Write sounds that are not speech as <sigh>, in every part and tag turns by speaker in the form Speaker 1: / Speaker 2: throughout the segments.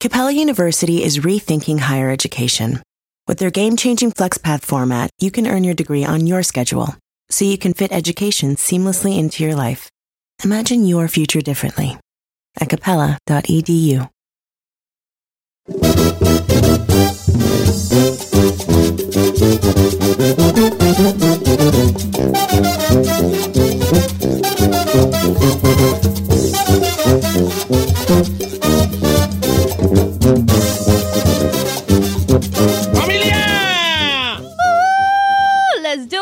Speaker 1: Capella University is rethinking higher education. With their game changing FlexPath format, you can earn your degree on your schedule, so you can fit education seamlessly into your life. Imagine your future differently at E capella.edu.
Speaker 2: ¡Familia!
Speaker 3: ¡Let's do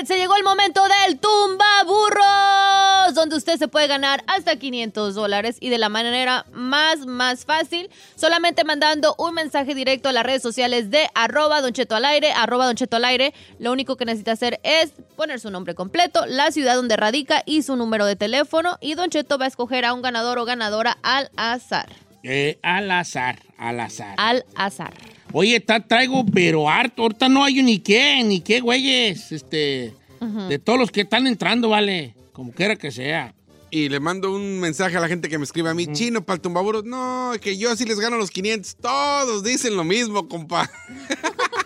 Speaker 3: it! Se llegó el momento del tumba burros, donde usted se puede ganar hasta 500 dólares y de la manera más, más fácil, solamente mandando un mensaje directo a las redes sociales de arroba Don Cheto al aire, arroba Don Cheto al aire. Lo único que necesita hacer es poner su nombre completo, la ciudad donde radica y su número de teléfono y Don Cheto va a escoger a un ganador o ganadora al azar.
Speaker 2: Eh, al azar, al azar.
Speaker 3: Al azar.
Speaker 2: Oye, ta- traigo, pero harto. Ahorita no hay ni qué, ni qué, güeyes. Este, de todos los que están entrando, vale. Como quiera que sea.
Speaker 4: Y le mando un mensaje a la gente que me escribe a mí, chino, para el tumbaburos. No, que yo sí les gano los 500. Todos dicen lo mismo, compa.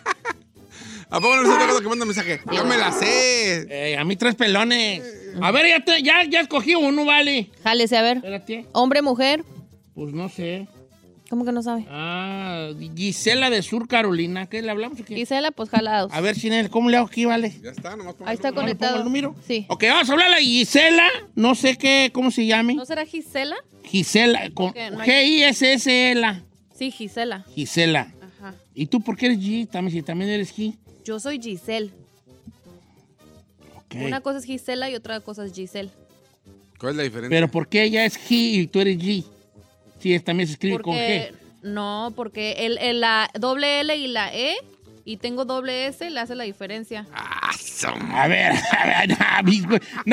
Speaker 4: <laughs> ¿A poco no les ha tocado que manda mensaje? No me la sé.
Speaker 2: Eh, a mí tres pelones. A ver, ya, te- ya, ya escogí uno, vale.
Speaker 3: Jálese, a ver.
Speaker 2: Espérate.
Speaker 3: Hombre, mujer,
Speaker 2: Pues no sé.
Speaker 3: ¿cómo que no sabe?
Speaker 2: Ah, Gisela de Sur Carolina. ¿Qué le hablamos? o qué?
Speaker 3: Gisela, pues jalados.
Speaker 2: A ver, Chinel, ¿cómo le hago aquí, vale?
Speaker 4: Ya está, nomás toma
Speaker 3: Ahí
Speaker 4: el
Speaker 2: ¿No
Speaker 3: está
Speaker 4: número.
Speaker 2: le
Speaker 3: conectado.
Speaker 2: pongo el número?
Speaker 3: Sí.
Speaker 2: Ok, vamos a hablarle a Gisela. No sé qué, ¿cómo se llame?
Speaker 3: ¿No será Gisela?
Speaker 2: Gisela, con
Speaker 3: Ok, no hay-
Speaker 2: G-I-S-S-L-A.
Speaker 3: Sí, Gisela.
Speaker 2: E Gisela.
Speaker 3: Ajá.
Speaker 2: ¿Y tú por qué eres G? También, si también eres G.
Speaker 3: Yo soy Giselle.
Speaker 2: Ok.
Speaker 3: Una cosa es Gisela y otra cosa es Giselle.
Speaker 4: ¿Cuál es la diferencia?
Speaker 2: Pero ¿por qué ella es G y tú eres G? Sí, es- también se escribe con
Speaker 3: Porque
Speaker 2: G.
Speaker 3: no, porque el, el- la doble L y la E y tengo doble S le hace la diferencia.
Speaker 4: Ah, su madre.
Speaker 2: A ver, <laughs> a ver, a ver,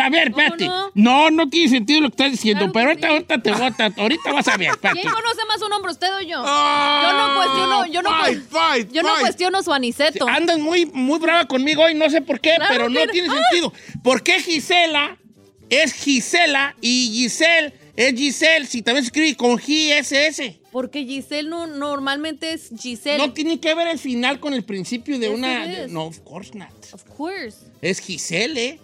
Speaker 2: a ver,
Speaker 3: ¿Cómo
Speaker 2: espérate.
Speaker 3: no?
Speaker 2: No, no tiene sentido lo que estás diciendo,
Speaker 3: Claro que
Speaker 2: pero ahorita,
Speaker 3: sí.
Speaker 2: ahorita te botas, ahorita
Speaker 3: <laughs>
Speaker 2: vas a ver, espérate.
Speaker 3: ¿Quién conoce más un hombre, usted o yo? Yo no
Speaker 4: Ah,
Speaker 3: cuestiono, yo no,
Speaker 4: fight,
Speaker 3: cue-
Speaker 4: fight,
Speaker 3: yo no
Speaker 4: fight.
Speaker 3: cuestiono su aniceto.
Speaker 2: Andas muy, muy brava conmigo hoy, no sé por qué,
Speaker 3: Claro
Speaker 2: pero no
Speaker 3: que no. ¡Ah!
Speaker 2: tiene sentido. ¿Por qué Gisela es Gisela y Giselle es Giselle si también se escribe con GSS?
Speaker 3: Porque Giselle no, normalmente es Giselle.
Speaker 2: No tiene que ver el final con el principio de
Speaker 3: Yes,
Speaker 2: una...
Speaker 3: it
Speaker 2: de-
Speaker 3: is.
Speaker 2: no, of course not.
Speaker 3: Of course.
Speaker 2: Es Giselle, ¿eh?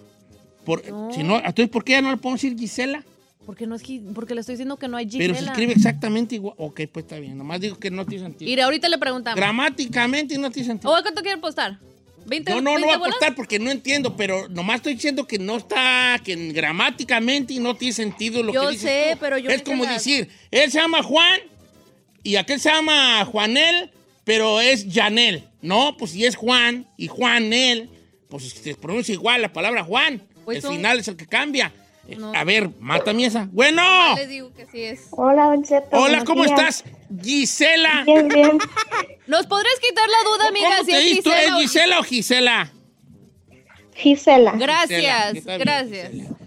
Speaker 2: Por, si no, entonces, ¿por qué ya no le podemos decir Gisela?
Speaker 3: Porque no es Gi- porque le estoy diciendo que no hay Gisela.
Speaker 2: Pero se escribe exactamente igual. Ok, pues está bien. Nomás digo que no tiene sentido.
Speaker 3: Mire, ahorita le preguntamos.
Speaker 2: Gramáticamente no tiene sentido.
Speaker 3: ¿O cuánto quiere apostar? ¿20
Speaker 2: No, no, no
Speaker 3: 20
Speaker 2: voy a
Speaker 3: bolas?
Speaker 2: apostar porque no entiendo, pero nomás estoy diciendo que no está, que gramáticamente y no tiene sentido lo
Speaker 3: Yo
Speaker 2: que dices
Speaker 3: sé,
Speaker 2: tú.
Speaker 3: pero yo
Speaker 2: Es
Speaker 3: me
Speaker 2: como
Speaker 3: sé las-
Speaker 2: decir, él se llama Juan y aquel se llama Juanel, pero es Janel. No, pues si es Juan y Juanel, pues se pronuncia igual la palabra Juan.
Speaker 3: Pues
Speaker 2: el
Speaker 3: son-
Speaker 2: final es el que cambia. Eh,
Speaker 3: No.
Speaker 2: A ver, mátame esa. Bueno,
Speaker 3: Le digo que sí es.
Speaker 5: Hola, Don Cheto,
Speaker 2: hola,
Speaker 5: buenos
Speaker 2: ¿cómo
Speaker 5: días.
Speaker 2: estás? Gisela.
Speaker 5: Bien, bien.
Speaker 3: ¿Nos podrías quitar la duda, amiga?
Speaker 2: ¿Cómo
Speaker 3: si
Speaker 2: te
Speaker 3: es
Speaker 2: dices? ¿Tú eres
Speaker 3: Gisela o-
Speaker 2: Gisela o Gisela?
Speaker 5: Gisela.
Speaker 2: Gisela,
Speaker 3: <laughs> Gracias,
Speaker 2: ¿qué tal,
Speaker 3: gracias.
Speaker 2: Gisela? Yo-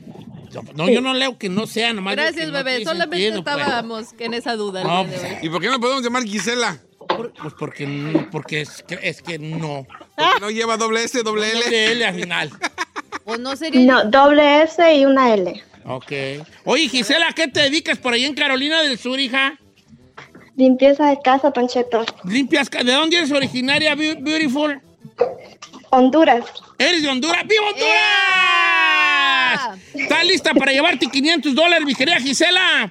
Speaker 2: No, yo no leo que no sea, nomás. digo
Speaker 3: Gracias,
Speaker 2: que no
Speaker 3: bebé.
Speaker 2: tiene
Speaker 3: Solamente
Speaker 2: sentido, pues.
Speaker 3: estábamos en esa duda. el
Speaker 2: No,
Speaker 3: día de
Speaker 2: pues,
Speaker 3: hoy.
Speaker 4: ¿Y por qué no podemos llamar Gisela?
Speaker 2: por- pues porque, n- porque es, que, es que no.
Speaker 4: Porque no lleva doble S, doble L.
Speaker 2: Doble L al final.
Speaker 3: Pues no sería.
Speaker 5: No, doble S y una L.
Speaker 2: Ok. Oye, Gisela, ¿a ¿qué te dedicas por ahí en Carolina del Sur, hija?
Speaker 5: Limpieza de casa, Don Cheto.
Speaker 2: Limpias. ca- ¿De dónde eres originaria, beau- Beautiful?
Speaker 5: Honduras.
Speaker 2: ¿Eres de Honduras? ¡Viva Honduras! ¿Estás lista para llevarte 500 dólares, mi querida Gisela?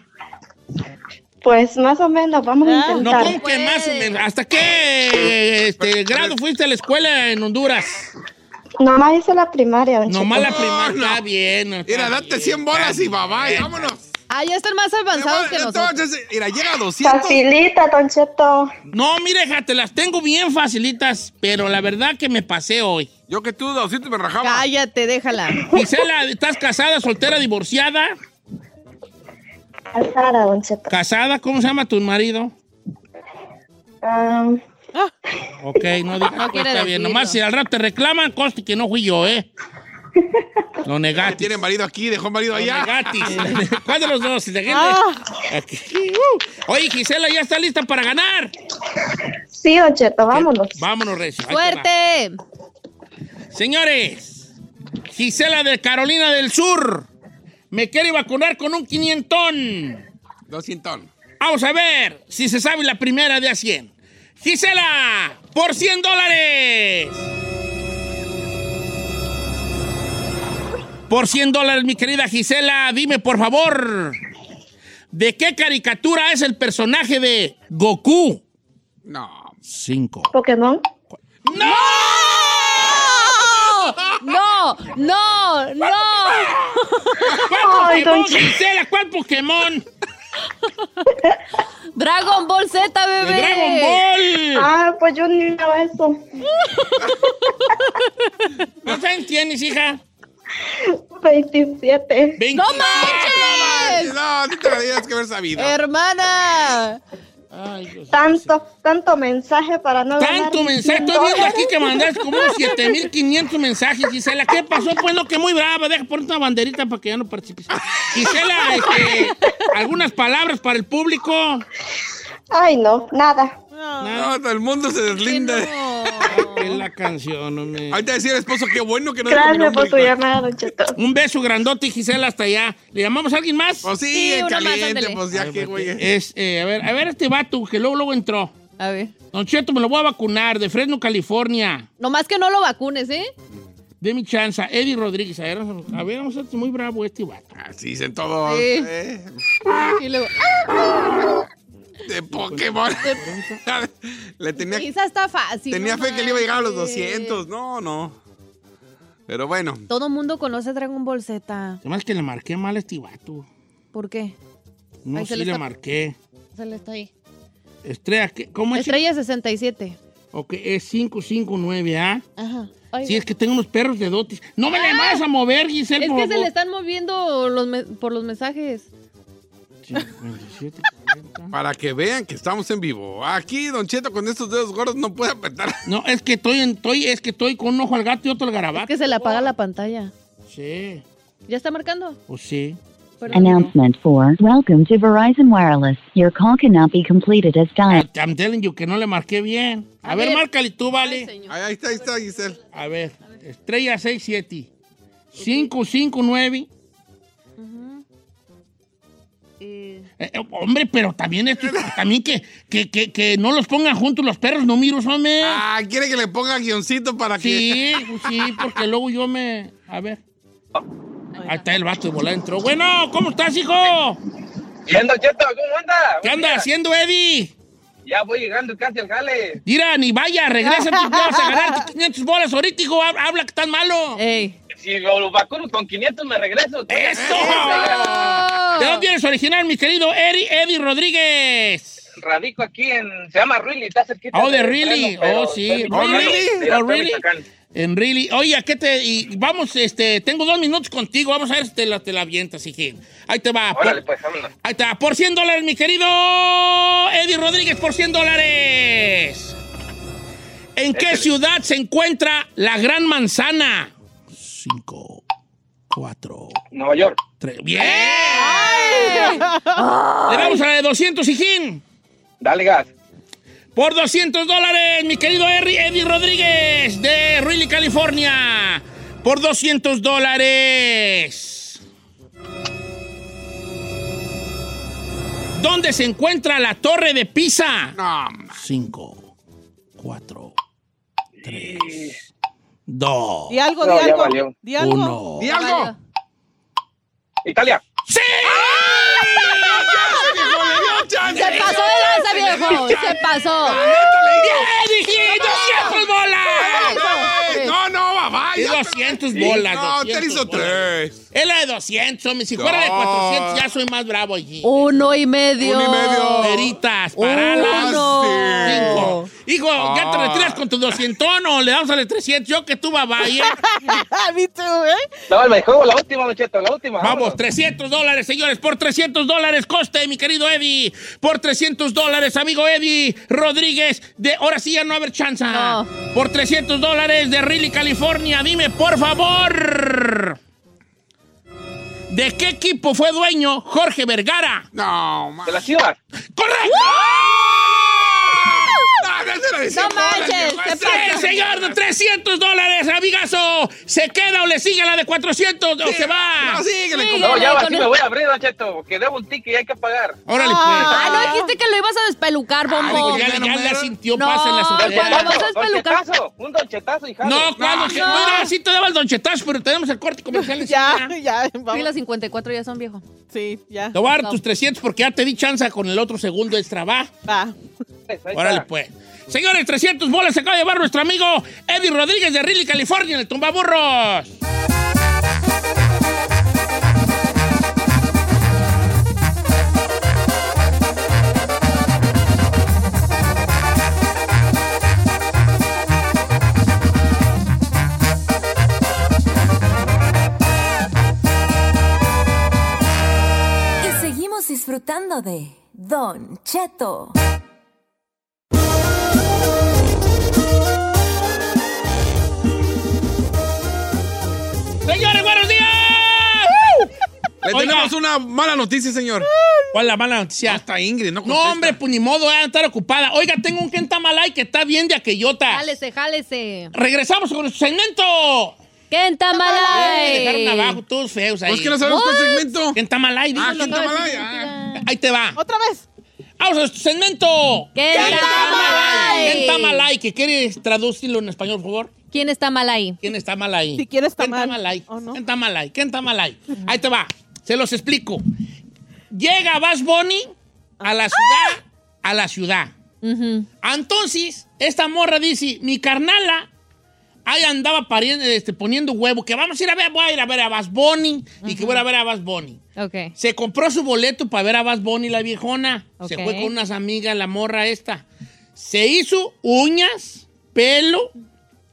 Speaker 5: Pues más o menos, vamos a
Speaker 2: No,
Speaker 5: intentar.
Speaker 2: ¿cómo que más o menos? ¿Hasta qué este, grado fuiste a la escuela en Honduras?
Speaker 5: Nomás hice la primaria, Don
Speaker 2: Nomás la
Speaker 5: Cheto.
Speaker 2: primaria.
Speaker 4: no.
Speaker 2: Está bien. está
Speaker 4: Mira, date
Speaker 2: bien,
Speaker 4: 100 bolas
Speaker 2: está
Speaker 4: y bye bye,
Speaker 2: bien.
Speaker 4: vámonos.
Speaker 3: Ah, ya están más avanzados que nosotros.
Speaker 4: Entonces, mira, llega a 200.
Speaker 5: Facilita, Don Cheto.
Speaker 2: No, mire, hija, te las tengo bien facilitas, pero la verdad que me pasé hoy.
Speaker 4: Yo que tú 200 me rajaba.
Speaker 3: Cállate, déjala.
Speaker 4: <laughs>
Speaker 2: Gisela, ¿estás casada, soltera, divorciada?
Speaker 5: Casada, Don Cheto.
Speaker 2: ¿Casada? ¿Cómo se llama tu marido?
Speaker 5: Ah,
Speaker 2: Ok, no digas.
Speaker 3: No
Speaker 2: pues,
Speaker 3: quiere
Speaker 2: está bien.
Speaker 3: decirlo.
Speaker 2: Nomás si al rato te reclaman, conste que no fui yo, ¿eh? Lo
Speaker 4: Ah,
Speaker 2: negaste.
Speaker 4: tiene marido aquí, dejó marido
Speaker 2: Los
Speaker 4: allá.
Speaker 2: negatis.
Speaker 4: <laughs>
Speaker 2: ¿Cuál de los dos? ¿El de Hitler?
Speaker 3: Ah.
Speaker 2: Aquí. Uh. Oye, Gisela, ¿ya está lista para ganar?
Speaker 5: sí, Don Cheto, vámonos.
Speaker 2: Vámonos, Recio. Ahí te va.
Speaker 3: ¡Fuerte!
Speaker 2: Señores, Gisela de Carolina del Sur me quiere vacunar con un quinientón.
Speaker 4: 200.
Speaker 2: Vamos a ver si se sabe la primera de a 100. Gisela, por 100 dólares. Por 100 dólares, mi querida Gisela, dime por favor, ¿de qué caricatura es el personaje de Goku?
Speaker 4: No.
Speaker 2: 5.
Speaker 5: Pokémon.
Speaker 2: ¡No!
Speaker 3: ¡No! ¡No! ¡No!
Speaker 2: ¿Cuál
Speaker 5: Ay,
Speaker 2: Pokémon,
Speaker 5: don Che-
Speaker 2: Gisela? ¿Cuál Pokémon?
Speaker 3: ¡Dragon Ball Z,
Speaker 2: ¡De
Speaker 3: bebé!
Speaker 2: Dragon Ball!
Speaker 5: Ah, pues yo ni veo eso.
Speaker 2: ¿No saben tienes, hija?
Speaker 5: 27.
Speaker 2: 20.
Speaker 3: ¡No manches!
Speaker 4: No, no te lo debías que haber sabido.
Speaker 3: Eh, ¡Hermana!
Speaker 2: Ay, Dios.
Speaker 5: Tanto, tanto mensaje para no ganar
Speaker 2: Tanto mensaje.
Speaker 5: 100
Speaker 2: Estoy viendo
Speaker 5: dólares.
Speaker 2: aquí que mandaste como unos 7500 mensajes, Gisela. ¿Qué pasó? Pues no, que muy brava. Deja poner una banderita para que ya no participes. Gisela, este, algunas palabras para el público.
Speaker 5: Ay, no, nada.
Speaker 4: No, todo el mundo se deslinda.
Speaker 2: Es la canción, hombre.
Speaker 4: Ahorita decía el esposo, qué bueno que no dijo mi
Speaker 5: Gracias por
Speaker 3: pues,
Speaker 4: nombre,
Speaker 5: tu
Speaker 4: hijo.
Speaker 5: llamada, Don Cheto.
Speaker 2: Un beso grandote, Gisela, hasta allá. ¿Le llamamos a alguien más?
Speaker 4: Pues sí,
Speaker 3: Sí,
Speaker 4: en
Speaker 3: uno más,
Speaker 4: caliente,
Speaker 3: ándale.
Speaker 4: pues ya que, güey.
Speaker 2: Es, eh, a ver, a ver este vato que luego, luego entró.
Speaker 3: A ver.
Speaker 2: Don Cheto, me lo voy a vacunar de Fresno, California.
Speaker 3: Nomás que no lo vacunes, ¿eh?
Speaker 2: De mi chanza, Eddie Rodríguez. A ver, vamos a- a ver, vamos a ser muy bravo este vato.
Speaker 4: Así dicen todos.
Speaker 3: Sí.
Speaker 4: eh,
Speaker 3: Y luego.
Speaker 4: de Pokémon. <laughs> Le tenía
Speaker 3: Esa está fácil.
Speaker 4: Tenía
Speaker 3: no
Speaker 4: fe que le iba a llegar a los
Speaker 3: manches.
Speaker 4: 200. No, no. Pero bueno,
Speaker 3: Todo mundo conoce Dragon Ball Z.
Speaker 2: Además que le marqué mal a este vato.
Speaker 3: ¿Por qué?
Speaker 2: No,
Speaker 3: Ahí se
Speaker 2: sí
Speaker 3: le
Speaker 2: le
Speaker 3: está-
Speaker 2: marqué.
Speaker 3: Se le está ahí.
Speaker 2: Estrella, ¿qué? ¿cómo es?
Speaker 3: Estrella 67.
Speaker 2: Ok, es 559, ¿ah?
Speaker 3: Ajá. Ay, Ah.
Speaker 2: Sí, es que tengo unos perros de dotis. ¡No me le vas a mover, Giselle,
Speaker 3: es
Speaker 2: por
Speaker 3: que se
Speaker 2: favor!
Speaker 3: le están moviendo los me- por los mensajes.
Speaker 2: 57, 40.
Speaker 4: para que vean que estamos en vivo. Aquí, Don Cheto, con estos dedos gordos no puede apretar.
Speaker 2: No, es que estoy, en- estoy, es que estoy con un ojo al gato y otro al
Speaker 3: Es
Speaker 2: garabato.
Speaker 3: que se le apaga la pantalla.
Speaker 2: Sí,
Speaker 3: ¿Ya está marcando?
Speaker 2: o sí.
Speaker 3: Perdón.
Speaker 6: Announcement for Welcome to Verizon Wireless. Your call cannot be completed as dialed.
Speaker 2: I'm telling you que no le marqué bien. A,
Speaker 3: A
Speaker 2: ver,
Speaker 3: ver.
Speaker 2: márcale tú,
Speaker 3: Ay,
Speaker 2: vale.
Speaker 3: señor.
Speaker 4: Ahí, ahí está, ahí está, Giselle.
Speaker 2: A ver, estrella 67. 559.
Speaker 3: Eh,
Speaker 2: Eh, eh, hombre, pero también esto, también que, que, que, que no los pongan juntos los perros, no miro, hombre.
Speaker 4: Ah, quiere que le ponga guioncito para que.
Speaker 2: sí, pues sí, porque luego yo me. A ver. Ahí está el vato de volar entró. Bueno, ¿cómo estás, hijo?
Speaker 7: Bien, Don Cheto, ¿cómo anda? Pues
Speaker 2: ¿Qué anda haciendo, Eddie?
Speaker 7: Ya voy llegando casi al jale.
Speaker 2: Mira, ni vaya, regresa, tú te vas a ganar 500 bolas ahorita, hijo. hab- Habla que estás
Speaker 3: Eh,
Speaker 2: malo.
Speaker 3: ¡Ey!
Speaker 7: Si lo vacuno con 500 me regreso.
Speaker 2: ¡Eso!
Speaker 3: ¡Oh!
Speaker 2: ¿De dónde eres original, mi querido Eri, Eddie Rodríguez?
Speaker 7: Radico aquí en... Se llama Really, está cerquita.
Speaker 2: Oh, de
Speaker 7: del
Speaker 2: Really.
Speaker 7: Fresno, pero
Speaker 2: Oh, sí.
Speaker 7: estoy
Speaker 2: Oh,
Speaker 7: Michoacán. Sí,
Speaker 2: Really.
Speaker 7: estoy
Speaker 2: Oh, Really.
Speaker 7: Michoacán.
Speaker 2: En Really. Oye, ¿a qué te.? y vamos, este. Tengo dos minutos contigo. Vamos a ver si te la, te la avientas, hijín. Ahí te va.
Speaker 7: Órale,
Speaker 2: por-
Speaker 7: pues, vámonos.
Speaker 2: Ahí está. Por 100 dólares, mi querido Eddie Rodríguez, por 100 dólares. ¿En qué ciudad se encuentra la Gran Manzana? 5, 4,
Speaker 7: Nueva York.
Speaker 2: 3. ¡Bien! Le damos a la de 200, hijín.
Speaker 7: Dale gas.
Speaker 2: Por 200 dólares, mi querido Erri- Eddie Rodríguez de Really, California. Por 200 dólares. ¿Dónde se encuentra la Torre de Pisa?
Speaker 4: <laughs> No, ma-
Speaker 2: 5, 4, 3, 2,
Speaker 8: Di algo,
Speaker 7: No,
Speaker 8: di
Speaker 7: ya
Speaker 8: algo.
Speaker 7: valió.
Speaker 8: Di algo.
Speaker 2: 1.
Speaker 4: Di algo.
Speaker 7: Italia.
Speaker 2: ¡Sí!
Speaker 3: ¡Se pasó de lanza, viejo! ¡Se pasó!
Speaker 2: ¡Bien, hijito! ¡200 bolas!
Speaker 4: Ay, No, no, mamá.
Speaker 2: Y
Speaker 4: ya te-
Speaker 2: 200 bolas.
Speaker 4: No, te
Speaker 2: 200
Speaker 4: hizo
Speaker 2: bolas.
Speaker 4: tres.
Speaker 2: Es la de 200, hombre. Si fuera de
Speaker 4: No.
Speaker 2: 400, ya soy más bravo allí.
Speaker 3: Uno y medio.
Speaker 4: Uno y medio.
Speaker 2: Veritas, paralas.
Speaker 4: Uno.
Speaker 2: Cinco. Hijo, ¿ya te
Speaker 4: Ah.
Speaker 2: retiras con tu 200 o le damos al de 300? Yo que tú, babá, ¿eh?
Speaker 8: Me too, ¿eh?
Speaker 7: No, me juego la última, Don Cheto, la última.
Speaker 2: Vamos,
Speaker 7: vámonos.
Speaker 2: 300 dólares, señores, por 300 dólares, coste, mi querido Eddie. Por 300 dólares, amigo Eddie Rodríguez, de ahora sí ya no va a haber chance.
Speaker 3: No.
Speaker 2: Por 300 dólares de Riley, California, dime, por favor. ¿De qué equipo fue dueño Jorge Vergara?
Speaker 4: No, man.
Speaker 7: De las chivas.
Speaker 2: ¡Correcto!
Speaker 4: No, no se lo decía,
Speaker 3: No
Speaker 4: bolas,
Speaker 3: manches,
Speaker 4: viejo,
Speaker 3: ¿qué
Speaker 4: esa.
Speaker 2: Sí, señor, de 300 dólares, amigazo. ¿Se queda o le sigue la de 400 o se va?
Speaker 4: No, síguele,
Speaker 3: Sí.
Speaker 4: compadre.
Speaker 7: No, ya
Speaker 3: Síguele
Speaker 7: va,
Speaker 3: con
Speaker 7: sí
Speaker 3: el-
Speaker 7: me voy a abrir, Don Cheto, que debo un ticket y hay que pagar.
Speaker 2: Órale, pues.
Speaker 3: Ah, no dijiste que lo ibas a despelucar,
Speaker 2: Ay,
Speaker 3: bombo.
Speaker 2: güey,
Speaker 4: pues
Speaker 2: ya, ya la sintió
Speaker 3: No,
Speaker 2: paz en la
Speaker 3: Ay,
Speaker 2: sudadera.
Speaker 3: cuando vas a
Speaker 7: Don
Speaker 3: despelucar-
Speaker 7: Chetazo, un Don Chetazo, hija.
Speaker 2: No, cuando no,
Speaker 3: no.
Speaker 2: Mira, sí te daba el donchetazo, pero tenemos el corte comercial.
Speaker 8: Ya,
Speaker 2: enseguida.
Speaker 8: ya,
Speaker 3: Sí,
Speaker 8: vamos.
Speaker 3: las 54 ya son viejo.
Speaker 8: Sí, ya.
Speaker 2: Te voy a dar tus 300 porque ya te di chance con el otro segundo extra, va.
Speaker 8: Va.
Speaker 2: Órale, pues. Señores, 300 bolas se acaba de llevar nuestro amigo Eddie Rodríguez de Riley, California, en el tumbaburros.
Speaker 9: Y seguimos disfrutando de Don Cheto.
Speaker 2: Señores, buenos días.
Speaker 4: Le
Speaker 2: Oiga.
Speaker 4: tenemos una mala noticia, señor.
Speaker 2: ¿Cuál es la mala noticia?
Speaker 4: Hasta Ingrid, no contesta.
Speaker 2: No, hombre, pues ni modo, a estar ocupada. Oiga, tengo un Kentamalay que está bien de aquellota.
Speaker 4: Ah.
Speaker 3: Jálese, jálese.
Speaker 2: Regresamos con nuestro segmento. Me Dejaron
Speaker 3: Kentamalay.
Speaker 2: abajo todos feos ahí.
Speaker 4: Pues que no sabemos cuál segmento.
Speaker 2: Kentamalay,
Speaker 4: Ah,
Speaker 2: dígalo.
Speaker 4: Kentamalay,
Speaker 3: ah.
Speaker 2: Ahí te va.
Speaker 8: Otra vez.
Speaker 2: Vamos a nuestro segmento.
Speaker 3: Kentamalay.
Speaker 2: ¿Quién está mal ahí? ¿Que quiere traducirlo en español, por favor?
Speaker 3: ¿Quién está mal ahí?
Speaker 2: ¿Quién está mal ahí?
Speaker 8: Si quieres
Speaker 2: ¿Quién está
Speaker 8: tamal.
Speaker 2: mal ahí?
Speaker 8: ¿O no?
Speaker 2: ¿Quién está mal ahí? ¿Quién está mal ahí? Ahí te va. Se los explico. Llega Bass Bunny a la ciudad. A la ciudad. Entonces, esta morra dice, mi carnala ahí andaba parien- este, poniendo huevo, que vamos a ir a ver, voy a ir a ver a Bass Bunny y que voy a ir a ver a Bass Bunny.
Speaker 3: Ok.
Speaker 2: Se compró su boleto para ver a Bad Bunny, la viejona.
Speaker 3: Ok.
Speaker 2: Se fue con unas amigas, la morra esta. Se hizo uñas, pelo,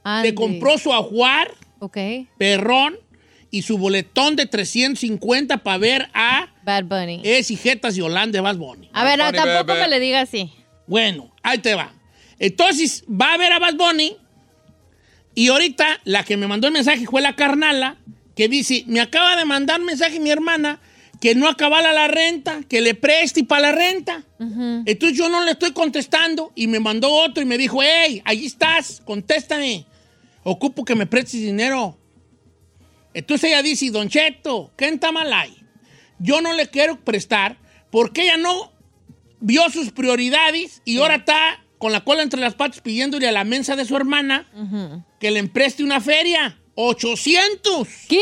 Speaker 3: Ande.
Speaker 2: se compró su ajuar,
Speaker 3: Ok.
Speaker 2: perrón y su boletón de 350 para ver a
Speaker 3: Bad Bunny.
Speaker 2: Es Hijetas Yolanda de Bad Bunny.
Speaker 3: a ver, no,
Speaker 4: Bunny,
Speaker 3: tampoco
Speaker 4: bebé.
Speaker 3: me le diga así.
Speaker 2: Bueno, ahí te va. Entonces, va a ver a Bad Bunny. Y ahorita, la que me mandó el mensaje fue la carnala, que dice, me acaba de mandar mensaje mi hermana que no acabala la renta, que le preste para la renta. Entonces yo no le estoy contestando y me mandó otro y me dijo, hey, allí estás, contéstame. Ocupo que me prestes dinero. Entonces ella dice, Don Cheto, ¿qué en Tamalay? Yo no le quiero prestar porque ella no vio sus prioridades y ahora está con la cola entre las patas pidiéndole a la mensa de su hermana que le empreste una feria. 800.
Speaker 3: ¿Qué?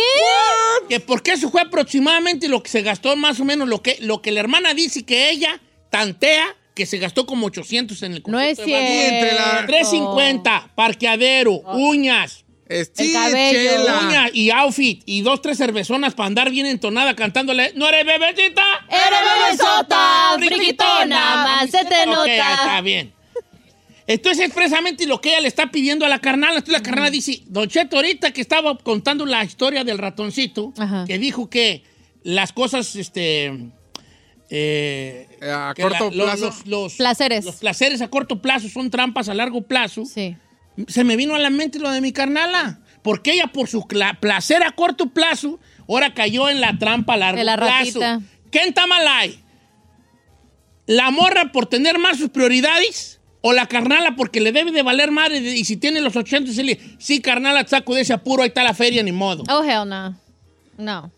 Speaker 2: Que porque eso fue aproximadamente lo que se gastó, más o menos lo que, lo que la hermana dice que ella tantea que se gastó como 800 en el
Speaker 3: No es
Speaker 2: concierto de Bad Bunny.
Speaker 4: Bunny entre la-
Speaker 3: cierto. Oh.
Speaker 2: 350, parqueadero, uñas,
Speaker 4: Esti-
Speaker 3: El cabello.
Speaker 4: Ah, chela.
Speaker 2: uñas y outfit y dos, tres cervezonas para andar bien entonada cantándole ¿No eres bebecita?
Speaker 3: Eres bebesota, friquitona, más se te
Speaker 2: Ok, ahí está
Speaker 3: nota.
Speaker 2: bien. Entonces, expresamente lo que ella le está pidiendo a la carnal. Entonces, la carnal dice, Don Cheto, ahorita que estaba contando la historia del ratoncito,
Speaker 3: Ajá.
Speaker 2: que dijo que las cosas, este... eh,
Speaker 4: Eh, a
Speaker 2: que
Speaker 4: corto
Speaker 2: lo-
Speaker 4: plazo.
Speaker 2: Los, los-
Speaker 3: Placeres.
Speaker 2: Los placeres a corto plazo son trampas a largo plazo.
Speaker 3: Sí.
Speaker 2: Se me vino a la mente lo de mi carnala. Porque ella, por su cla- placer a corto plazo, ahora cayó en la trampa a largo
Speaker 3: De la
Speaker 2: plazo.
Speaker 3: ratita.
Speaker 2: Kenta Malay. ¿La morra por tener más sus prioridades? ¿O la carnala porque le debe de valer madre? Y si tiene los 80, se le sí, carnala, te saco de ese apuro, ahí está la feria, ni modo.
Speaker 3: Oh, hell no. No.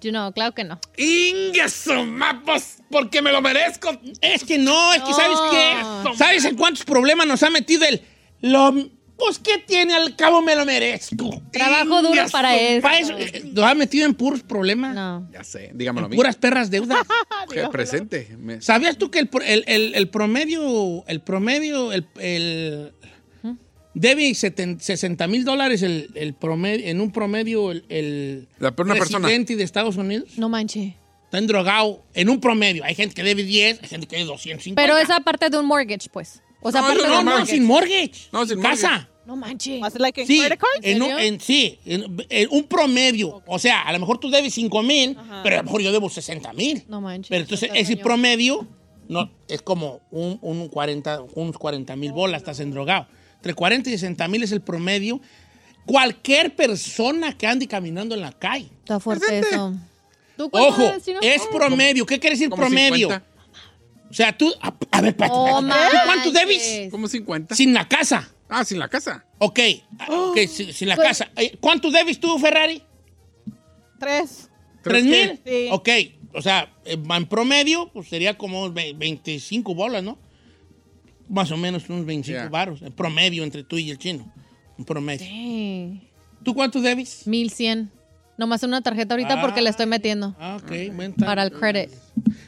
Speaker 3: Yo no, claro que no.
Speaker 4: Ingeso, mapos, porque me lo merezco.
Speaker 2: Es que no, es que
Speaker 3: No.
Speaker 2: ¿sabes qué? ¿Sabes en cuántos problemas nos ha metido el... Lo, pues, ¿qué tiene? Al cabo me lo merezco.
Speaker 3: Trabajo duro
Speaker 2: Ingazo,
Speaker 3: para eso.
Speaker 2: pa' eh, nos ha metido en puros problemas.
Speaker 3: No.
Speaker 4: Ya sé, dígamelo a
Speaker 2: En
Speaker 4: mí.
Speaker 2: puras perras
Speaker 3: <laughs>
Speaker 2: deudas.
Speaker 4: Que presente. Me-
Speaker 2: ¿Sabías tú que el, pro- el- el- el promedio, el promedio, el... el-
Speaker 3: ¿Mm?
Speaker 2: debe seten- 60 mil dólares el, el promedio, en un promedio el, el
Speaker 4: La per- una persona.
Speaker 2: presidente de Estados Unidos?
Speaker 3: No manche.
Speaker 2: Está endrogado en un promedio. Hay gente que debe 10, hay gente que debe 250.
Speaker 3: Pero esa parte de un mortgage, pues. O sea,
Speaker 2: No,
Speaker 3: aparte
Speaker 2: no,
Speaker 3: del
Speaker 2: no, no,
Speaker 3: mortgage.
Speaker 2: sin mortgage.
Speaker 4: No, sin
Speaker 2: Casa.
Speaker 3: No manches.
Speaker 8: Was it like a
Speaker 2: Sí,
Speaker 8: credit card?
Speaker 2: en un, en- sí, en- en un promedio. O sea, a lo mejor tú debes 5 mil, pero a lo mejor yo debo 60 mil.
Speaker 3: No manches.
Speaker 2: Pero entonces
Speaker 3: está
Speaker 2: ese
Speaker 3: cañón.
Speaker 2: promedio no, es como un, un 40, unos 40 mil bolas, estás endrogado. Entre 40 y 60 mil es el promedio. Cualquier persona que ande caminando en la calle.
Speaker 3: Está fuerte eso. ¿Tú cuánto
Speaker 2: Ojo,
Speaker 3: eres, Chino?
Speaker 2: es promedio. ¿Qué quiere decir
Speaker 4: Como
Speaker 2: promedio?
Speaker 4: 50.
Speaker 2: O sea, tú. A, a ver, espérate,
Speaker 3: Oh,
Speaker 2: espérate. ¿Tú cuánto
Speaker 3: manches.
Speaker 2: debes?
Speaker 4: ¿Cómo 50?
Speaker 2: Sin la casa.
Speaker 4: Ah, sin la casa.
Speaker 2: Ok, ah, ok, sin, sin la
Speaker 3: Pues-
Speaker 2: casa. Eh, ¿Cuánto debes tú, Ferrari?
Speaker 8: Tres.
Speaker 2: ¿Tres mil?
Speaker 8: Sí.
Speaker 2: Ok, o sea, eh, en promedio, pues sería como ve- 25 bolas, ¿no? Más o menos unos 25
Speaker 4: Ya.
Speaker 2: baros. En promedio entre tú y el chino. En promedio.
Speaker 3: Dang.
Speaker 2: ¿Tú cuánto debes?
Speaker 3: 1100. Nomás una tarjeta ahorita porque le estoy metiendo.
Speaker 2: Ah, ok, bueno, está-
Speaker 3: Para el credit.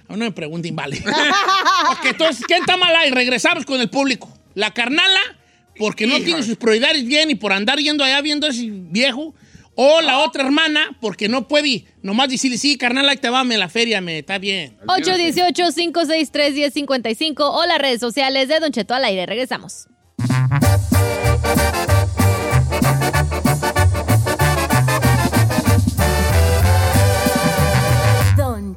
Speaker 2: A mí no me pregunten, vale. <laughs> ok, entonces, ¿quién está mal ahí? Regresamos con el público. La carnala, porque no tiene sus prioridades bien y por andar yendo allá viendo a ese viejo. O la otra hermana, porque no puede nomás decirle, sí, carnala, ahí te va, me la feria, me está bien.
Speaker 3: 818-563-1055 o las redes sociales de Don Cheto al aire. Regresamos.
Speaker 9: Don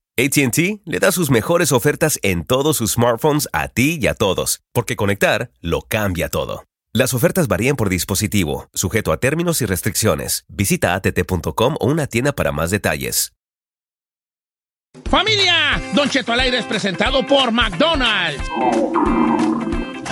Speaker 10: ATT le da sus mejores ofertas en todos sus smartphones a ti y a todos, porque conectar lo cambia todo. Las ofertas varían por dispositivo, sujeto a términos y restricciones. Visita att.com o una tienda para más detalles.
Speaker 2: ¡Familia! Don Cheto al aire es presentado por McDonald's.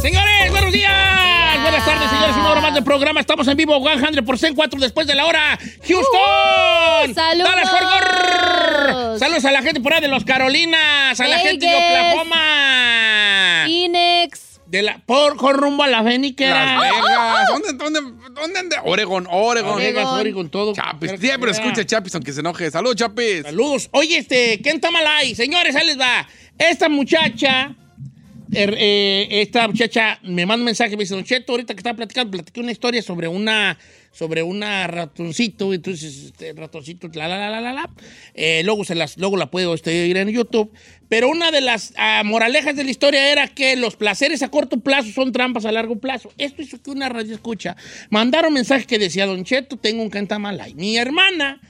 Speaker 2: Señores, buenos días. Buenas tardes, señores. Una hora más de programa. Estamos en vivo 100% 4 después de la hora. Houston.
Speaker 3: ¡Saludos!
Speaker 2: Dallas, Fort Worth. Saludos a la gente por ahí de los Carolinas, a la
Speaker 3: Vegas.
Speaker 2: gente de
Speaker 4: Ah.
Speaker 2: Oklahoma.
Speaker 3: Inex.
Speaker 2: De la, por, con rumbo a la Fénix.
Speaker 4: Las Vegas. ¿Dónde, dónde, dónde anda? Oregon, Oregon.
Speaker 2: Ah, Vegas,
Speaker 3: Oregón.
Speaker 2: Oregon, todo.
Speaker 4: Chapis. pues, Siempre
Speaker 2: Mira.
Speaker 4: escucha a Chapis aunque se enoje. Saludos, Chapis.
Speaker 2: Saludos. Oye, este, ¿quién está mal ahí? Señores, ahí les va. Esta muchacha, er, eh, esta muchacha me manda un mensaje, me dice, Don Cheto, ahorita que estaba platicando, platiqué una historia sobre una, sobre una ratoncito, entonces, este, ratoncito, la, la, la, la, la, la. Eh, luego, se las, luego la puedo este, ir en YouTube. Pero una de las ah, moralejas de la historia era que los placeres a corto plazo son trampas a largo plazo. Esto hizo que una radio escucha. Mandaron mensaje que decía, Don Cheto, tengo un cantamalay. Mi hermana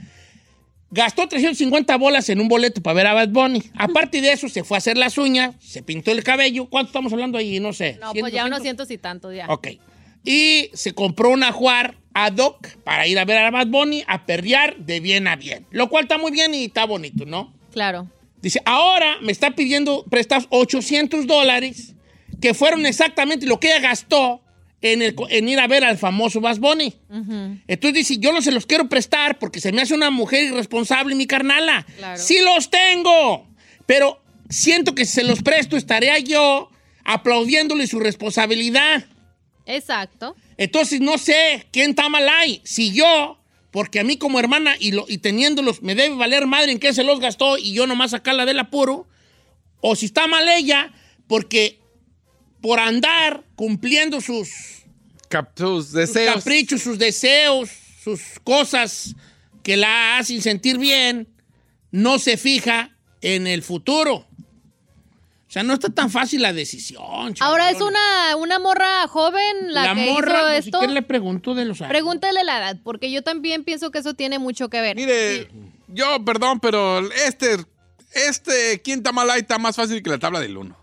Speaker 2: Gastó 350 bolas en un boleto para ver a Bad Bunny. Aparte de eso, se fue a hacer las uñas, se pintó el cabello. ¿Cuánto estamos hablando ahí? No sé.
Speaker 3: No,
Speaker 2: ¿Cien,
Speaker 3: pues ya unos
Speaker 2: doscientos?
Speaker 3: cientos y tantos ya.
Speaker 2: Ok. Y se compró una Jaguar ad hoc para ir a ver a Bad Bunny a perrear de bien a bien. Lo cual está muy bien y está bonito, ¿no?
Speaker 3: Claro.
Speaker 2: Dice, ahora me está pidiendo prestas 800 dólares, que fueron exactamente lo que ella gastó en, el, co- en ir a ver al famoso Bad Bunny. Entonces dice, yo no se los quiero prestar porque se me hace una mujer irresponsable mi carnala.
Speaker 3: Claro.
Speaker 2: Sí los tengo, pero siento que si se los presto estaría yo aplaudiéndole su responsabilidad.
Speaker 3: Exacto.
Speaker 2: Entonces no sé quién está mal ahí. Si yo, porque a mí como hermana y, lo, y teniéndolos me debe valer madre en qué se los gastó y yo nomás sacarla del apuro. O si está mal ella, porque por andar cumpliendo sus
Speaker 4: Captus, deseos.
Speaker 2: caprichos, sus deseos, sus cosas que la hacen sentir bien, no se fija en el futuro. O sea, no está tan fácil la decisión.
Speaker 3: Ahora es
Speaker 2: chavalona.
Speaker 3: una, una morra joven la,
Speaker 2: La
Speaker 3: que
Speaker 2: morra,
Speaker 3: hizo
Speaker 2: pues, si
Speaker 3: esto.
Speaker 2: quiere le pregunto de los años.
Speaker 3: Pregúntale la edad, porque yo también pienso que eso tiene mucho que ver.
Speaker 4: Mire, Yo, perdón, pero este, este, ¿quién mala está más fácil que la tabla del uno?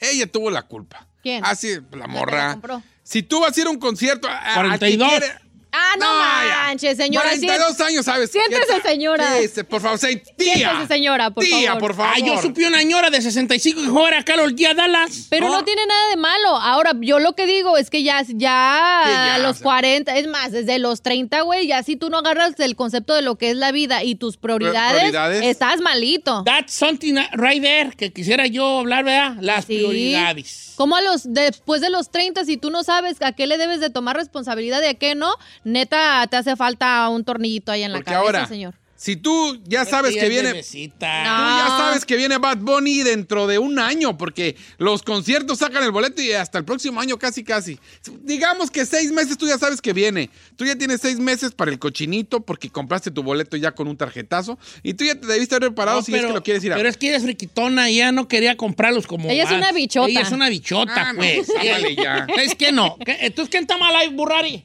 Speaker 4: Ella tuvo la culpa.
Speaker 3: ¿Quién?
Speaker 4: Así, la
Speaker 3: La
Speaker 4: morra.
Speaker 3: compró.
Speaker 4: Si tú vas a ir a un concierto, a, a- a que
Speaker 2: 42.
Speaker 4: quiere-
Speaker 3: Ah, no,
Speaker 4: No, ya.
Speaker 3: manches, señora.
Speaker 4: 42 años, ¿sabes?
Speaker 3: Siéntese, señora.
Speaker 4: Este, por favor, sí, tía.
Speaker 3: Siéntese, señora, por
Speaker 4: tía,
Speaker 3: favor.
Speaker 4: por favor.
Speaker 2: Ah, yo supe una ñora de 65 que juega a Carol G a Dallas.
Speaker 3: Pero no. tiene nada de malo. Ahora, yo lo que digo es que ya, ya,
Speaker 4: ya,
Speaker 3: a los
Speaker 4: o sea.
Speaker 3: 40, es más, desde los 30, güey, ya si tú no agarras el concepto de lo que es la vida y tus prioridades,
Speaker 4: prioridades.
Speaker 3: estás malito.
Speaker 2: That's something right there que quisiera yo hablar, ¿verdad? Las
Speaker 3: Sí.
Speaker 2: prioridades.
Speaker 3: Como a los, después de los 30, si tú no sabes a qué le debes de tomar responsabilidad y a qué no, neta, te hace falta un tornillito ahí en la
Speaker 4: Porque
Speaker 3: cabeza,
Speaker 4: ahora,
Speaker 3: señor.
Speaker 4: si tú ya sabes
Speaker 2: Sí,
Speaker 4: que
Speaker 2: es
Speaker 4: viene...
Speaker 2: bebecita.
Speaker 4: tú
Speaker 3: No.
Speaker 2: Ah.
Speaker 4: ya sabes que viene Bad Bunny dentro de un año, porque los conciertos sacan el boleto y hasta el próximo año casi, casi. Digamos que seis meses tú ya sabes que viene. Tú ya tienes seis meses para el cochinito porque compraste tu boleto ya con un tarjetazo y tú ya te debiste haber preparado
Speaker 2: No,
Speaker 4: si es que lo quieres ir a
Speaker 2: Pero es que ella es friquitona y ella no quería comprarlos como.
Speaker 3: Ella es
Speaker 2: van.
Speaker 3: una bichota.
Speaker 2: Ella es una bichota,
Speaker 4: Ah, no, <laughs>
Speaker 2: pues.
Speaker 4: ámale ya.
Speaker 2: Es que no. ¿Qué- Entonces, ¿quién está mal ahí, Burrari?